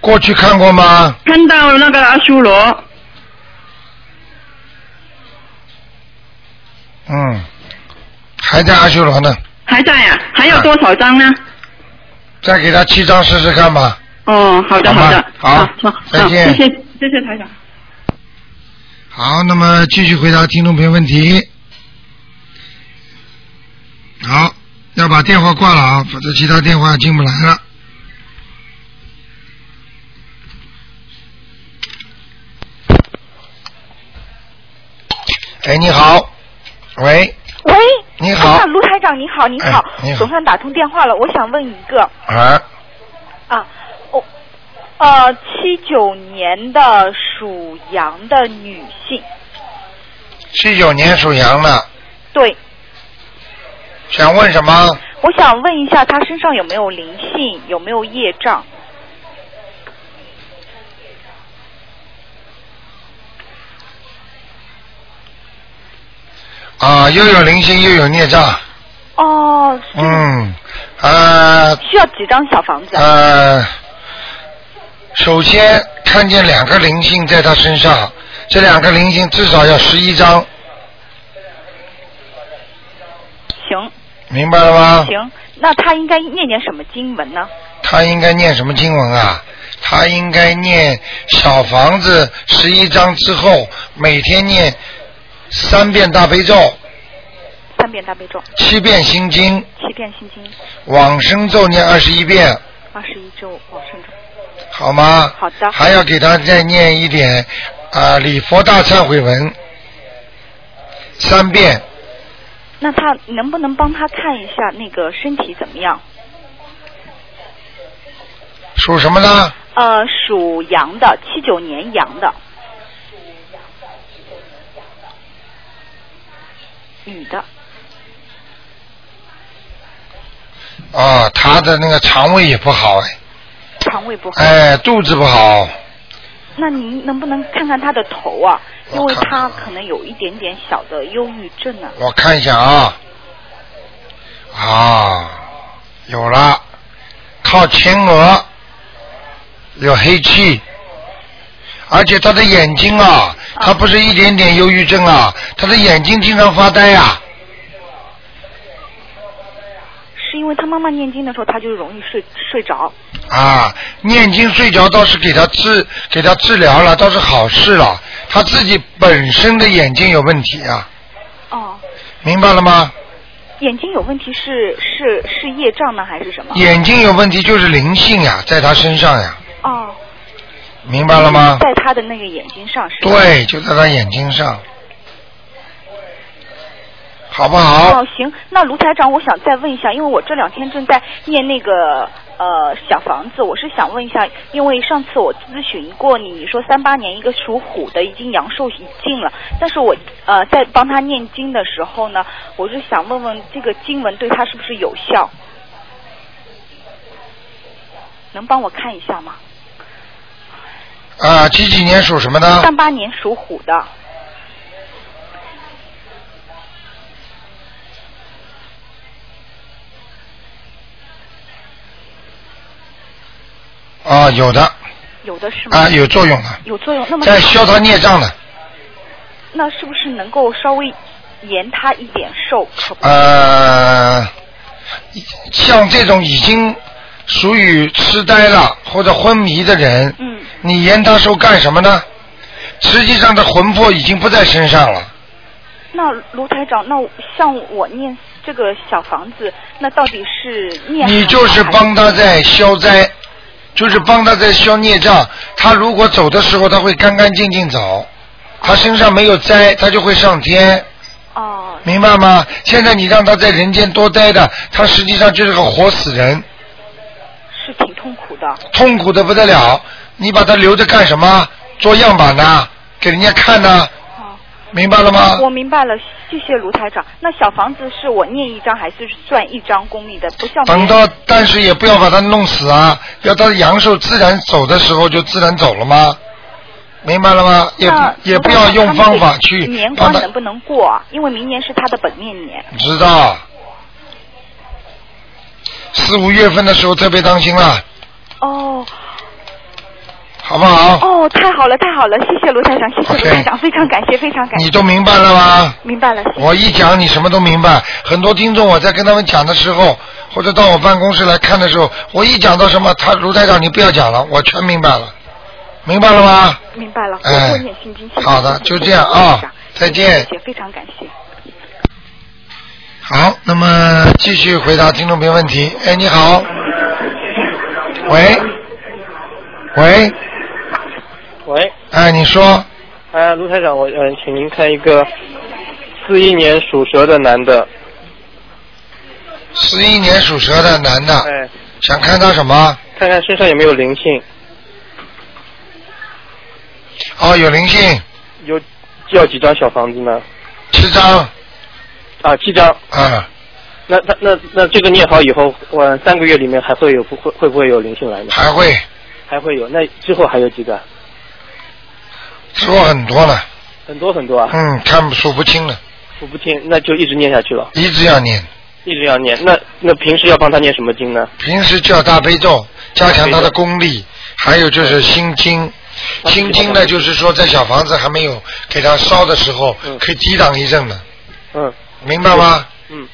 S1: 过去看过吗？
S12: 看到那个阿修罗
S1: 嗯，还在阿修罗呢，
S12: 还在啊，还有多少张呢？
S1: 再给他七张试试看吧。
S12: 哦，好的
S1: 啊好吧
S12: 的，
S1: 好
S12: 好，好
S1: 再见
S12: 谢谢谢谢台长。
S1: 好，那么继续回答听众朋友问题。好，要把电话挂了啊，否则其他电话进不来了。哎，你好，喂，
S13: 喂，
S1: 你好
S13: 啊卢台长，你好，你好，
S1: 哎你好
S13: 总算打通电话了。我想问一个
S1: 啊，
S13: 啊，我、呃，七九年的属羊的女性，
S1: 七九年属羊的，
S13: 对，
S1: 想问什么？
S13: 我想问一下她身上有没有灵性，有没有业障？
S1: 啊，又有灵性又有孽障，
S13: 哦，
S1: 嗯，呃，
S13: 需要几张小房子？啊
S1: 呃，首先看见两个灵性在他身上，这两个灵性至少要十一张，
S13: 行，
S1: 明白了吗？
S13: 行，那她应该念念什么经文呢？
S1: 他应该念什么经文啊？他应该念小房子十一章之后，每天念三遍大悲咒、
S13: 三遍大悲咒，
S1: 七遍心经、
S13: 七遍心经，
S1: 往生咒念二十一遍，
S13: 二十一周往生咒。
S1: 好吗？
S13: 好的
S1: 还要给他再念一点啊、礼佛大忏悔文三遍。
S13: 那她能不能帮她看一下那个身体怎么样？
S1: 属什么呢？
S13: 呃，属羊的，七九年羊的。女的，
S1: 啊，他的那个肠胃也不好哎，
S13: 肠胃不好。
S1: 哎，肚子不好，
S13: 那您能不能看看她的头啊？因为啊她可能有一点点小的忧郁症呢、
S1: 我看一下啊，啊，有了，靠前额有黑气，而且他的眼睛啊，他不是一点点忧郁症啊，他的眼睛经常发呆呀、啊。
S13: 是因为他妈妈念经的时候，他就容易睡睡着。
S1: 啊，念经睡着倒是给他治给他治疗了，倒是好事了。他自己本身的眼睛有问题啊，
S13: 哦，
S1: 明白了吗？
S13: 眼睛有问题是是是业障呢，还是什么？
S1: 眼睛有问题就是灵性呀、在他身上呀，
S13: 哦，
S1: 明白了吗？
S13: 在他的那个眼睛上是
S1: 嗯
S13: 吧？
S1: 对，就在他眼睛上，好不
S13: 哦
S1: 好？，
S13: 行，那卢台长，我想再问一下，因为我这两天正在念那个呃小房子，我是想问一下，因为上次我咨询过你，你说三八年一个属虎的已经阳寿已尽了，但是我呃在帮他念经的时候呢，我就想问问这个经文对他是不是有效？能帮我看一下吗？
S1: 啊，几几年属什么的？
S13: 三八年属虎的，
S1: 啊，有的，
S13: 有的是吗？
S1: 啊有作用的
S13: 有作用。那么
S1: 在消他孽障的。
S13: 那是不是能够稍微延他一点寿？可不
S1: 呃，像这种已经属于痴呆了或者昏迷的人，
S13: 嗯，
S1: 你延他寿干什么呢？实际上，他魂魄已经不在身上了。
S13: 那卢台长，那像我念这个小房子，那到底是念
S1: 你就是帮他在消灾，就是帮他在消孽障。他如果走的时候，他会干干净净走，他身上没有灾，他就会上天。
S13: 哦。
S1: 明白吗？现在你让他在人间多待的，他实际上就是个活死人，
S13: 是挺痛苦的。
S1: 痛苦的不得了。你把他留着干什么？做样板呐，给人家看呐。明白了吗？
S13: 我明白了，谢谢卢台长。那小房子是我念一张还是算一张功力的？不像别
S1: 等
S13: 人
S1: 到，但是也不要把它弄死啊，要到阳寿自然走的时候就自然走了吗？明白了吗？也不
S13: 那
S1: 也不要用方法去
S13: 啊他们这个年
S1: 帮
S13: 关
S1: 他
S13: 能不能过啊？因为明年是他的本命年。
S1: 知道。四五月份的时候特别当心了，
S13: 哦
S1: 好不好？
S13: 哦，太好了，太好了，谢谢卢台长，谢谢卢台长非常感谢，非常感谢。
S1: 你都明白了吗？
S13: 明白了。谢谢
S1: 我一讲你什么都明白。很多听众我在跟他们讲的时候，或者到我办公室来看的时候，我一讲到什么，他卢台长你不要讲了，我全明白了，明白了吗？
S13: 明白了，
S1: 哎
S13: 我会念心经。谢谢
S1: 好的就这样啊再见
S13: 谢谢，非常感谢。
S1: 好，那么继续回答听众朋友问题。哎，你好，喂，喂，
S14: 喂，
S1: 哎，你说，
S14: 哎，卢台长，我嗯、呃请您看一个四一年属蛇的男的，
S1: 十一年属蛇的男的，
S14: 哎，
S1: 想看他什么？
S14: 看看身上有没有灵性，
S1: 哦，有灵性，
S14: 有要几张小房子呢？
S1: 七张。
S14: 啊，七张。
S1: 啊。
S14: 那他那那这个念好以后，我三个月里面还会有不会会不会有灵性来呢？
S1: 还会，
S14: 还会有。那之后还有几个？
S1: 说很多了，
S14: 很多很多啊，
S1: 嗯，看不数不清了，
S14: 数不清，那就一直念下去了，
S1: 一直要念。
S14: 一直要念。那那平时要帮他念什么经呢？
S1: 平时叫大悲咒，加强他的功力，还有就是心经。心经呢，就是说在小房子还没有给他烧的时候，可以抵挡一阵的，
S14: 嗯，
S1: 明白吗？
S14: 嗯，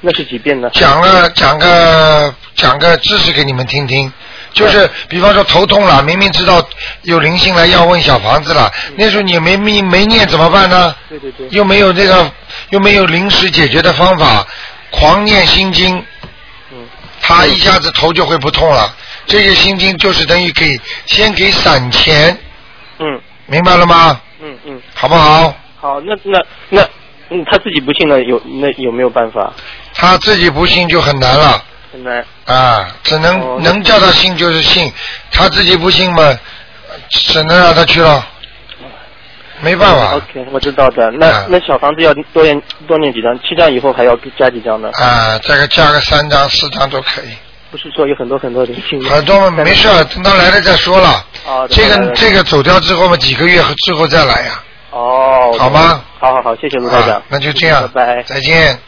S14: 那是几遍呢？
S1: 讲了讲个讲个知识给你们听听，就是比方说头痛了，明明知道有灵性来要问小房子了，那时候你没没没念怎么办呢？
S14: 对嗯对对。
S1: 又没有这个又没有临时解决的方法，狂念心经，
S14: 嗯
S1: 他一下子头就会不痛了。这些心经就是等于给先给散钱，
S14: 嗯，
S1: 明白了吗？
S14: 嗯嗯。
S1: 好不好？
S14: 好，那那那，嗯，他自己不信呢，有那有没有办法？
S1: 他自己不信就很难了。
S14: 很难。
S1: 啊，只能、
S14: 哦
S1: 能叫他信就是信，他自己不信嘛，只能让他去了，没办法。啊
S14: OK，我知道的。那、那小房子要多念多念几张，七张以后还要加几张呢？
S1: 啊，这个加个三张四张都可以，
S14: 不是说有很多很多灵性吗？
S1: 很多嘛没事儿，等他来了再说了。
S14: 哦等他
S1: 这
S14: 来了
S1: 个这个走掉之后嘛，几个月之后再来呀、
S14: 哦。
S1: 好吗？啊
S14: 好好好，谢谢卢台长。
S1: 啊那就这样
S14: 拜拜。
S1: 再见。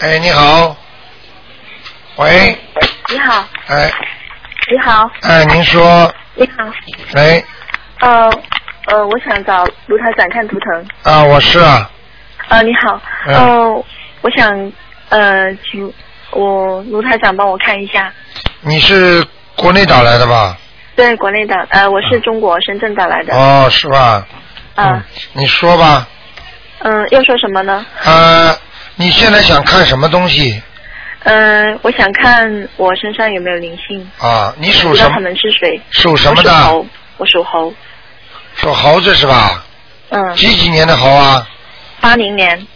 S1: 哎，你好。喂，
S6: 你好，
S1: 哎，
S6: 你好，
S1: 哎，您说，
S6: 你好，
S1: 哎，
S6: 呃呃，我想找卢台长看图腾。
S1: 啊，我是啊，
S6: 呃，你好，
S1: 嗯
S6: 呃，我想呃，请我卢台长帮我看一下，
S1: 你是国内打来的吧？
S6: 对，国内的，呃，我是中国深圳打来的，
S1: 哦，是吧？嗯
S6: 啊，
S1: 你说吧，
S6: 嗯、要说什么呢？
S1: 呃，你现在想看什么东西
S6: 嗯、我想看我身上有没有灵性，
S1: 啊？你属
S6: 不知
S1: 什
S6: 道
S1: 么
S6: 他？们是谁？
S1: 属什么的
S6: 我属猴，我
S1: 属
S6: 属猴，
S1: 猴子是吧？
S6: 嗯，
S1: 几几年的猴啊？
S6: 八零年，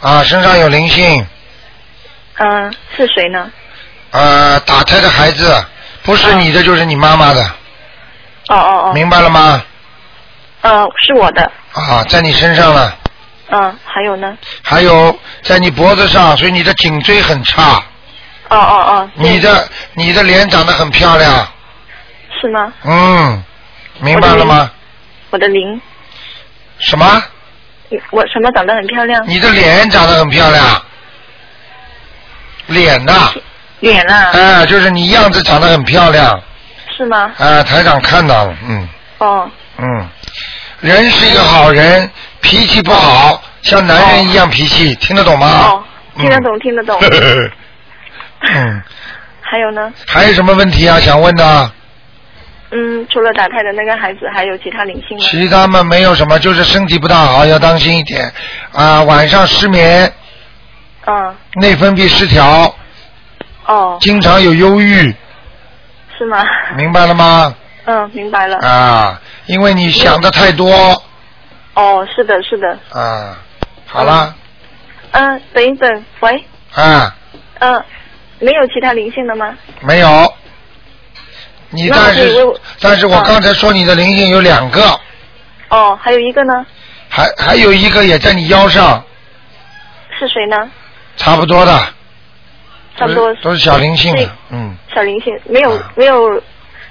S1: 啊，身上有灵性，
S6: 嗯、是谁呢？
S1: 呃，打胎的孩子，不是你的就是你妈妈的，
S6: 哦嗯哦哦，
S1: 明白了？吗？
S6: 呃，是我的，
S1: 啊，在你身上了，
S6: 嗯、还有呢？
S1: 还有在你脖子上，所以你的颈椎很差，
S6: 哦哦哦，对
S1: 你的你的脸长得很漂亮，
S6: 是吗？
S1: 嗯，明白了吗？
S6: 我的灵，
S1: 什么？
S6: 我什么长得很漂亮？
S1: 你的脸长得很漂亮，脸呐、
S6: 脸啊？
S1: 哎、就是你样子长得很漂亮，
S6: 是吗？
S1: 哎、台长看到了，嗯
S6: 哦
S1: 嗯，人是一个好人，脾气不好，像男人一样脾气，听得懂吗？
S6: 哦，听得懂，听 得懂。
S1: 嗯，
S6: 还有呢？
S1: 还有什么问题啊？想问的？
S6: 嗯，除了打胎的那个孩子，还有其他灵性吗？
S1: 其他们没有什么，就是身体不大好，要当心一点啊、晚上失眠，
S6: 嗯，
S1: 内分泌失调，
S6: 哦，
S1: 经常有忧郁，
S6: 是吗？
S1: 明白了吗？
S6: 嗯，明白了。
S1: 啊，因为你想的太多
S6: 哦，是的，是的。
S1: 啊。好了，
S6: 嗯，等一等，喂，
S1: 啊，
S6: 嗯，没有其他灵性的吗？
S1: 没有。你
S6: 那
S1: 但
S6: 我可以为
S1: 是
S6: 我，
S1: 但是我
S6: 啊
S1: 刚才说你的灵性有两个，
S6: 哦，还有一个呢，
S1: 还还有一个也在你腰上，
S6: 是谁呢？
S1: 差不多的，
S6: 差不多
S1: 都是小灵性
S6: 是
S1: 的，嗯。
S6: 小灵性，没有
S1: 啊
S6: 没有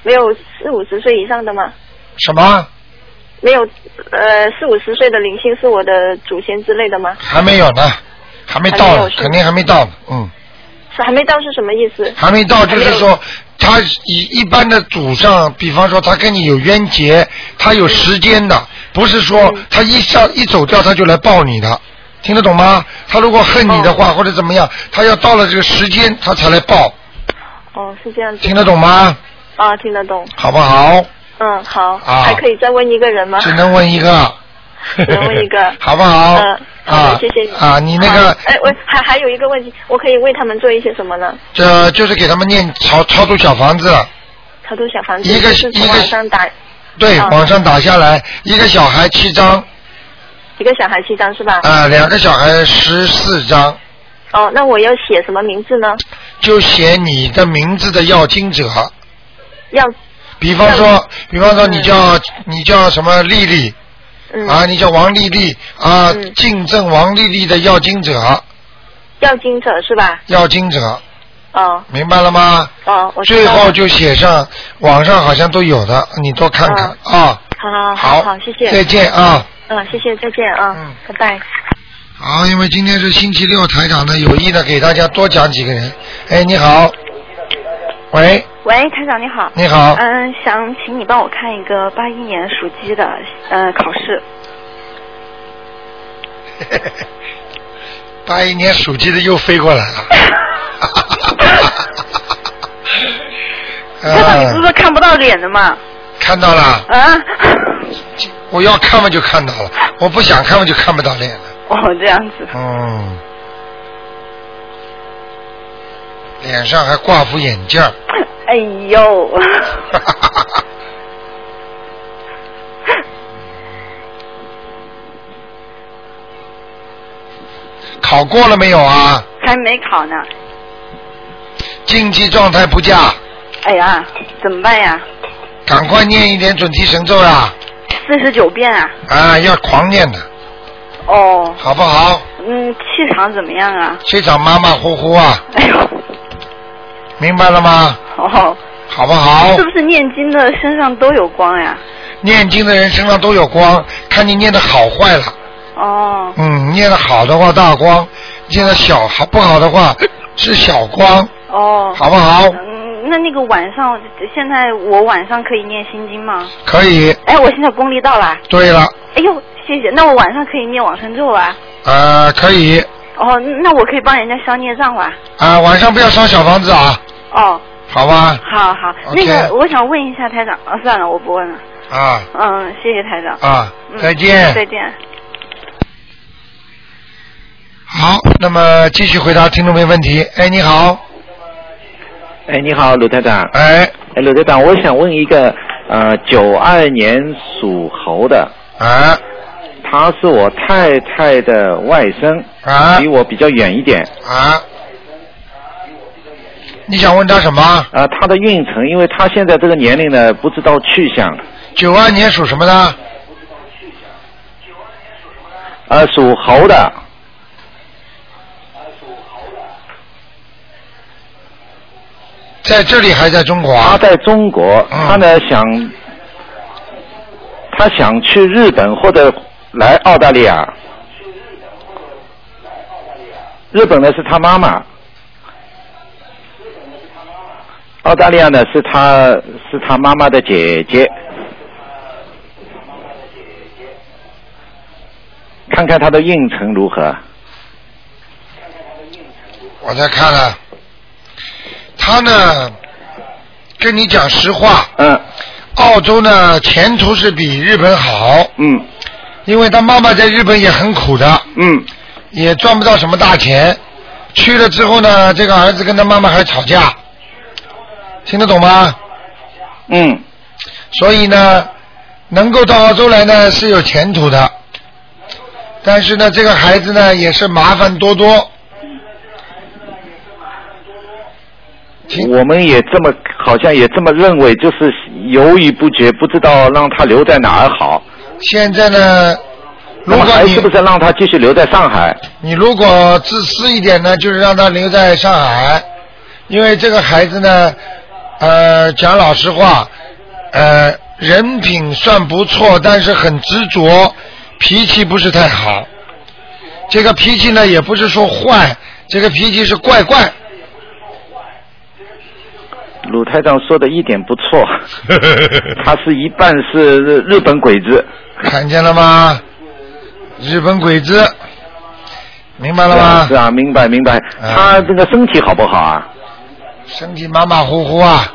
S6: 没有四五十岁以上的吗？
S1: 什么？
S6: 没有，呃，四五十岁的灵性是我的祖先之类的吗？
S1: 还没有呢，还没到
S6: 还没
S1: 呢
S6: 有，是吗
S1: 肯定还没到呢，嗯，
S6: 是还没到是什么意思？
S1: 还没到就是
S6: 还没有，
S1: 说，他以一般的祖上，比方说他跟你有冤结，他有时间的，不是说
S6: 嗯
S1: 他一下一走掉他就来报你的，听得懂吗？他如果恨你的话或者怎么样，他要到了这个时间他才来报，
S6: 哦，是这样子。
S1: 听得懂？吗？
S6: 啊，听得懂。
S1: 好不好？
S6: 嗯，好。
S1: 啊
S6: 还可以再问一个人吗？
S1: 只能问一个，
S6: 只能问一个
S1: 好不好？
S6: 嗯好
S1: 啊
S6: 的，谢谢你
S1: 啊，你那个
S6: 好哎，我还还有一个问题，我可以为他们做一些什么呢？
S1: 这就是给他们念超超度小房子。
S6: 超度小房子，
S1: 一个
S6: 就是从
S1: 一个
S6: 网上打
S1: 对，
S6: 啊
S1: 网上打下来一个小孩七张，
S6: 一个小孩七张是吧？
S1: 啊、两个小孩十四张，
S6: 哦，那我要写什么名字呢？
S1: 就写你的名字的要经者。
S6: 要
S1: 比方说，比方说你叫、你叫什么丽丽、
S6: 嗯
S1: 啊，你叫王丽丽啊，敬赠王丽丽的要经者，
S6: 要经者是吧？
S1: 要经者，
S6: 哦
S1: 明白了吗？
S6: 哦，我知道
S1: 最
S6: 了
S1: 后就写上，网上好像都有的，你多看看
S6: 嗯
S1: 啊。
S6: 哦好好好
S1: 好
S6: 谢谢。
S1: 再见啊。
S6: 嗯，谢谢，再见啊。嗯，拜拜。
S1: 好，因为今天是星期六，台长呢有意的给大家多讲几个人。哎，你好，喂，
S15: 喂，台长你好。
S1: 你好
S15: 嗯，想请你帮我看一个八一年属鸡的，呃，考试。
S1: 八一年属鸡的又飞过 来了。
S15: 台长，你不是
S1: 呃
S15: 说看不到脸的吗？
S1: 看到了，
S15: 啊，
S1: 我要看嘛就看到了，我不想看嘛就看不到脸了。
S15: 哦，这样子。
S1: 嗯，脸上还挂副眼镜儿
S15: 哎呦，
S1: 考过了没有啊？
S15: 还没考呢。
S1: 竞技状态不佳，
S15: 哎呀，怎么办呀？
S1: 赶快念一点准提神咒呀！
S15: 四十九遍啊。
S1: 啊，要狂念的，
S15: 哦。
S1: 好不好？
S15: 嗯，气场怎么样啊？
S1: 气场马马虎虎啊，
S15: 哎呦，
S1: 明白了吗？
S15: 哦。
S1: 好不好
S15: 是？不是念经的身上都有光呀？
S1: 念经的人身上都有光，看你念的好坏了。
S7: 哦，
S1: 嗯，念的好的话大光，念的小好不好的话是小光，
S7: 哦，
S1: 好不好
S7: 嗯，那那个晚上，现在我晚上可以念心经吗？
S1: 可以。
S7: 哎，我现在功力到了。
S1: 对了，
S7: 哎呦，谢谢。那我晚上可以念往生咒吧？
S1: 呃，可以
S7: 哦，那我可以帮人家消孽障吧？
S1: 啊、晚上不要烧小房子啊，
S7: 哦，
S1: 好吧？
S7: 好
S6: 啊
S7: 好。
S1: OK
S7: 那个，我想问一下台长，啊，算了，我不问了。
S1: 啊
S7: 嗯，谢谢台长。
S1: 啊
S7: 嗯，
S1: 再见。
S7: 再见。
S1: 好，那么继续回答听众没问题。哎，你好，
S5: 哎，你好，鲁台长。
S1: 哎，
S5: 哎，鲁台长，我想问一个，呃，九二年属猴的，
S1: 啊
S5: 他是我太太的外甥，
S1: 啊
S5: 离我比较远一点。
S1: 啊，你想问他什么？
S5: 啊、他的运程，因为他现在这个年龄呢，不知道去向。
S1: 九二年属什么的？
S5: 呃，属猴的，
S1: 呃在这里还在中国啊？
S5: 他在中国，他呢想，他想去日本或者来澳大利亚。日本呢是他妈妈，澳大利亚呢是他是他妈妈的姐姐。看看他的运程如何？
S1: 我在看了，他呢，跟你讲实话，
S5: 嗯，
S1: 澳洲呢前途是比日本好，
S5: 嗯，
S1: 因为他妈妈在日本也很苦的，
S5: 嗯，
S1: 也赚不到什么大钱，去了之后呢，这个儿子跟他妈妈还吵架，听得懂吗？
S5: 嗯，
S1: 所以呢，能够到澳洲来呢是有前途的，但是呢，这个孩子呢也是麻烦多多，
S5: 我们也这么，好像也这么认为，就是犹豫不决，不知道让他留在哪儿好。
S1: 现在呢，如
S5: 那么
S1: 果
S5: 还
S1: 你
S5: 是不是让他继续留在上海？
S1: 你如果自私一点呢，就是让他留在上海，因为这个孩子呢，呃，讲老实话，呃，人品算不错，但是很执着，脾气不是太好。这个脾气呢，也不是说坏，这个脾气是怪怪。
S5: 鲁台长说的一点不 错，他是一半是日日本鬼子，
S1: 看见了吗？日本鬼子，明白了吗？嗯
S5: 是啊，明白明白。他这个身体好不好啊？
S1: 身体马马虎虎啊，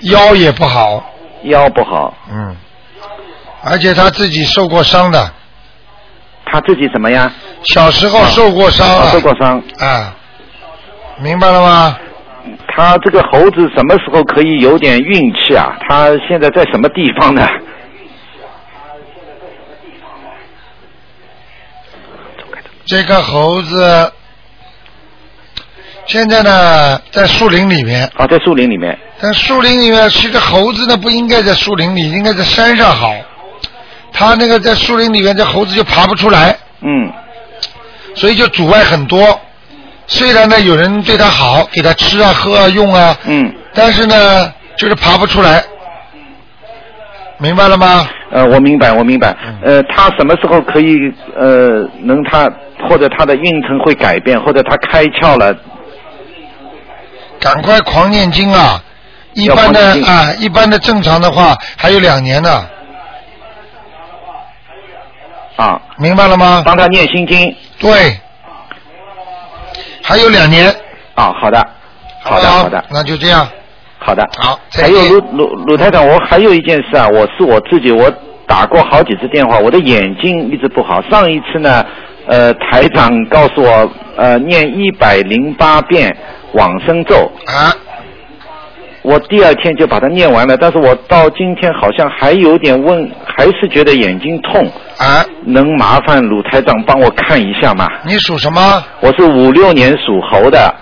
S1: 腰也不好，
S5: 腰不好，
S1: 嗯，而且他自己受过伤的，
S5: 他自己怎么样？
S1: 小时候受过伤
S5: 啊
S1: 啊
S5: 受过伤。
S1: 啊，明白了吗？
S5: 他这个猴子什么时候可以有点运气啊？他现在在什么地方呢？
S1: 这个猴子现在呢在树林里面，
S5: 啊，在树林里面。
S1: 但树林里面其实猴子呢不应该在树林里，应该在山上好。他那个在树林里面，这猴子就爬不出来，
S5: 嗯，
S1: 所以就阻碍很多。虽然呢有人对他好，给他吃啊、喝啊、用啊，
S5: 嗯，
S1: 但是呢就是爬不出来，明白了吗？
S5: 呃，我明白，我明白。呃，他什么时候可以呃，能他或者他的运程会改变，或者他开窍了？
S1: 赶快狂念经啊！一
S5: 要
S1: 般的
S5: 狂念经
S1: 啊，一般的正常的话还有两年呢，
S5: 啊，
S1: 明白了吗？
S5: 帮他念心经
S1: 对，还有两年，
S5: 啊，好的，好的，好的，
S1: 那就这样。
S5: 好的。
S1: 好，
S5: 还有鲁鲁鲁台长，我还有一件事啊，我是我自己，我打过好几次电话，我的眼睛一直不好。上一次呢，呃，台长告诉我，呃，念一百零八遍往生咒。
S1: 啊。
S5: 我第二天就把它念完了，但是我到今天好像还有点问，还是觉得眼睛痛。
S1: 啊。
S5: 能麻烦鲁台长帮我看一下吗？
S1: 你属什么？
S5: 我是五六年属猴的，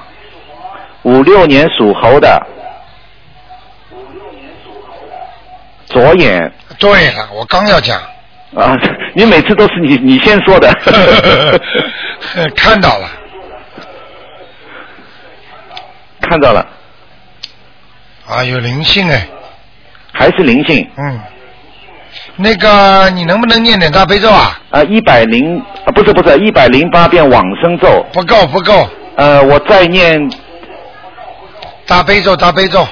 S5: 五六年属猴的，左眼
S1: 对了，我刚要讲，
S5: 啊，你每次都是你你先说的，
S1: 看到了，
S5: 看到了，
S1: 啊，有灵性哎，
S5: 还是灵性，
S1: 嗯，那个你能不能念点大悲咒啊？
S5: 啊，一百零啊不是不是一百零八遍往生咒。
S1: 不够不够。
S5: 呃，我再念
S1: 大悲咒，大悲咒。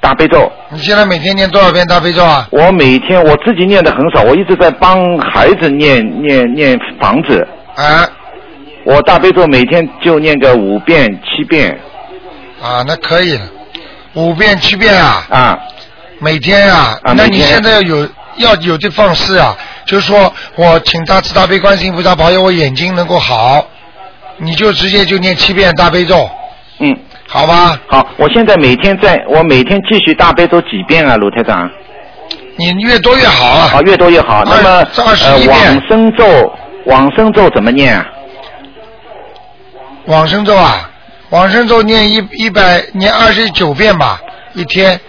S5: 大悲咒。
S1: 你现在每天念多少遍大悲咒啊？
S5: 我每天我自己念的很少，我一直在帮孩子念念念房子。
S1: 啊。
S5: 我大悲咒每天就念个五遍七遍。
S1: 啊，那可以了，五遍七遍啊。
S5: 啊。
S1: 每天啊，
S5: 啊
S1: 那
S5: 每
S1: 你
S5: 天
S1: 现在要有要有这放肆啊，就是说我请大慈大悲观世音菩萨保佑我眼睛能够好，你就直接就念七遍大悲咒，
S5: 嗯。
S1: 好吧？
S5: 好，我现在每天在我每天继续大悲咒几遍啊，卢台长。
S1: 你越多越好啊。
S5: 好，越多越好。那么
S1: 二这二十
S5: 呃，
S1: 一遍
S5: 往生咒，往生咒怎么念啊？
S1: 往生咒啊，往生咒念一一百念二十九遍吧，一天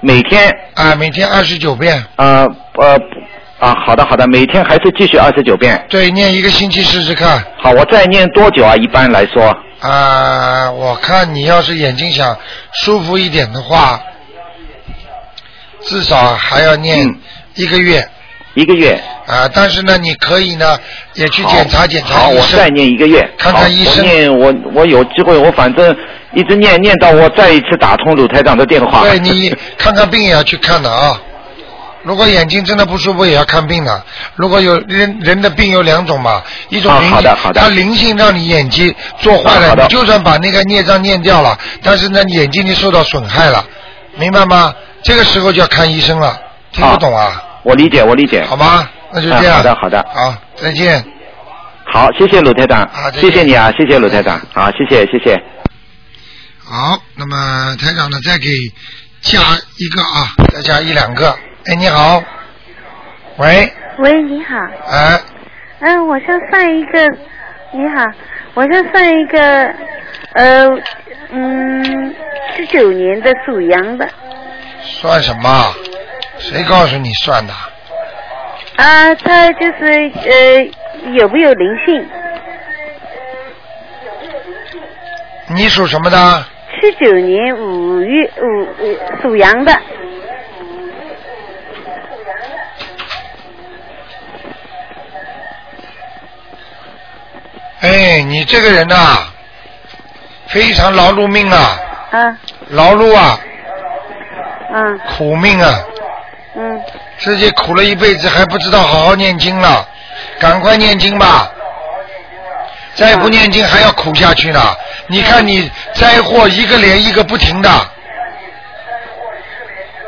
S5: 每天
S1: 啊，每天二十九遍，
S5: 呃呃啊，好的好的，每天还是继续二十九遍。
S1: 对，念一个星期试试看
S5: 好，我再念多久啊？一般来说，
S1: 啊。我看你要是眼睛想舒服一点的话，至少还要念一个月。
S5: 嗯一个月。
S1: 啊，但是呢，你可以呢，也去
S5: 好
S1: 检查检查
S5: 好，
S1: 医
S5: 我
S1: 生
S5: 再念一个月，
S1: 看
S5: 好
S1: 看医生
S5: 我念我我有机会，我反正一直念念到我再一次打通鲁台长的电话。
S1: 对你看看病也要去看的啊。如果眼睛真的不舒服，也要看病的。如果有人人的病有两种嘛，一种
S5: 啊
S1: 灵
S5: 好
S1: 性
S5: 的好，的
S1: 它灵性让你眼睛做坏
S5: 啊
S1: 了，
S5: 好的
S1: 你就算把那个孽障念掉了，但是呢，你眼睛就受到损害了，明白吗？这个时候就要看医生了，听不懂啊？
S5: 我理解，我理解。好啊
S1: 吗？那就这样
S5: 好的，好的。
S1: 好，再见。
S5: 好，谢谢鲁台长，
S1: 再见
S5: 谢谢你啊，谢谢鲁台长，好，谢谢，谢谢。
S1: 好，那么台长呢，再给加一个啊，再加一两个。哎，你好，喂，
S16: 喂，你好，
S1: 哎，
S16: 嗯，我想算一个，你好，我想算一个，呃，嗯，十九年的属羊的
S1: 算什么？谁告诉你算的？
S16: 啊，他就是呃，有没有灵性？
S1: 你属什么的？
S16: 十九年五月五五嗯属羊的，
S1: 哎，你这个人呐、非常劳碌命啊，
S16: 啊，
S1: 劳碌啊，
S16: 嗯
S1: 苦命啊，
S16: 嗯，
S1: 自己苦了一辈子还不知道好好念经了，赶快念经吧！再不念经还要苦下去呢。你看你灾祸一个连一个不停的，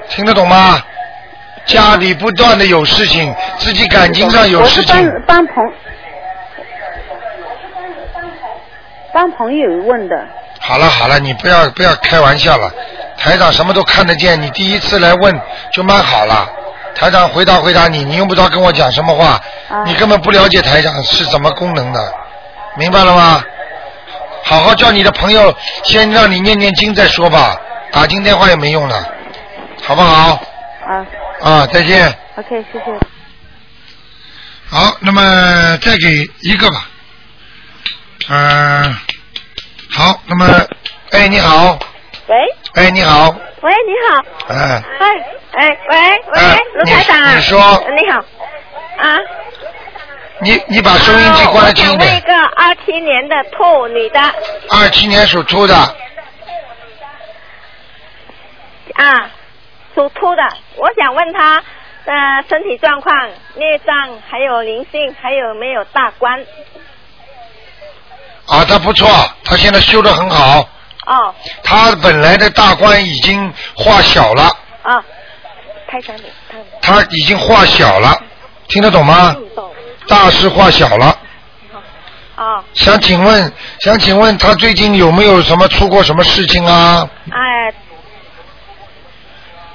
S1: 听得懂吗？家里不断的有事情，自己感情上有
S16: 我
S1: 事
S16: 是
S1: 情
S16: 帮帮朋帮朋友问的，
S1: 好了好了，你不要不要开玩笑了，台长什么都看得见，你第一次来问就蛮好了。台长回答回答你，你用不着跟我讲什么话，你根本不了解台长是什么功能的，明白了吗？好好叫你的朋友先让你念念经再说吧，打进电话也没用了，好不好？
S16: 啊
S1: 啊，再见。
S16: ，OK，谢谢。
S1: 好，那么再给一个吧。嗯、好，那么，哎，你好，
S17: 喂，
S1: 哎，你好，
S17: 喂，你好，
S1: 哎、
S17: 喂，哎，喂，
S1: 哎
S17: 喂，卢台长啊，
S1: 你你说
S17: 你好，啊，
S1: 你你把收音机关得轻一
S17: 哦我想问一
S1: 点。
S17: 个二七年的兔女的
S1: 二七年属兔的，
S17: 啊，属兔的，我想问她呃身体状况、孽障还有灵性还有没有大关？
S1: 啊，他不错，他现在修得很好，
S17: 哦
S1: 他本来的大关已经化小了，
S17: 哦，台长你看，
S1: 他已经化小了，听得懂吗？大事化小了。
S17: 哦，
S1: 想请问，想请问他最近有没有什么出过什么事情啊？
S17: 哎、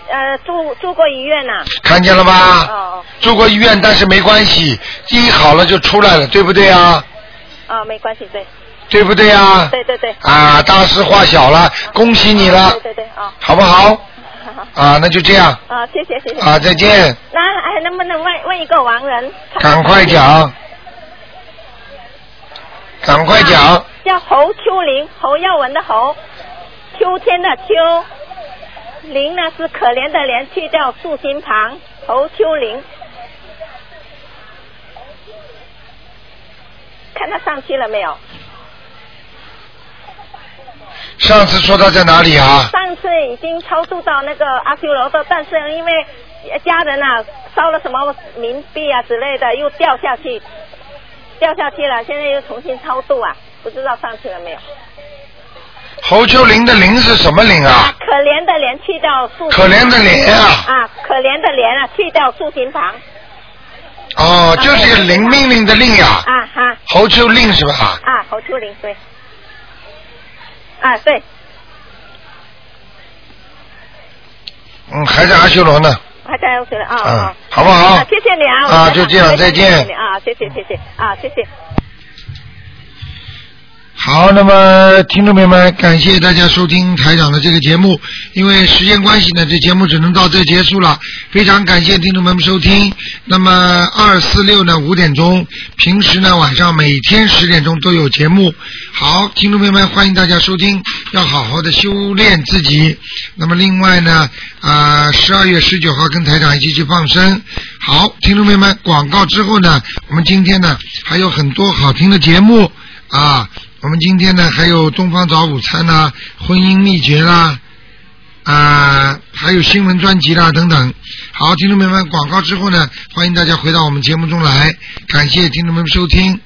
S17: 呃，住住过医院啊呐、
S1: 看见了吧
S17: 哦
S1: 住过医院，但是没关系，一好了就出来了，对不对啊？
S17: 哦，没关系，对。
S1: 对不对啊？
S17: 对对对。
S1: 啊，大事化小了，恭喜你了
S17: 对，对对，哦。
S1: 好不好？啊，那就这样。
S17: 啊，谢谢谢谢。
S1: 啊再见。
S17: 那还能不能问问一个亡人？
S1: 赶快讲，赶快讲，
S17: 叫侯秋林，侯耀文的侯，秋天的秋，
S6: 林呢是可怜的怜，去掉竖心旁，侯秋林。看他上去了没有？
S1: 上次说他在哪里啊？
S6: 上次已经超度到那个阿修罗的，但是因为家人啊烧了什么冥币啊之类的，又掉下去，掉下去了，现在又重新超度啊，不知道上去了没有？
S1: 侯秋林的林是什么林啊？
S6: 可怜的怜去掉竖心旁，
S1: 可怜的怜啊
S6: 啊，可怜的怜啊，去掉竖心旁。
S1: 哦，就是个林命令的令呀、
S6: 啊哈。
S1: 侯秋令是吧？
S6: 啊，侯秋林对。啊对，
S1: 嗯，还在阿修罗呢。
S6: 还在我水了啊
S1: 嗯
S6: 啊，
S1: 好不好
S6: 啊谢谢你啊，
S1: 啊
S6: 我知
S1: 就
S6: 道
S1: 这样再见
S6: 谢谢你啊，谢谢谢谢啊，谢谢。
S1: 好，那么听众朋友们，感谢大家收听台长的这个节目。因为时间关系呢，这节目只能到这结束了。非常感谢听众朋友们收听。那么二四六呢五点钟，平时呢晚上每天十点钟都有节目。好，听众朋友们，欢迎大家收听，要好好的修炼自己。那么另外呢，啊、十二月十九号跟台长一起去放生。好，听众朋友们，广告之后呢，我们今天呢还有很多好听的节目。啊，我们今天呢还有东方早午餐啦、婚姻秘诀啦，啊，还有新闻专辑啦等等。好，听众朋友们，广告之后呢，欢迎大家回到我们节目中来，感谢听众朋友们收听。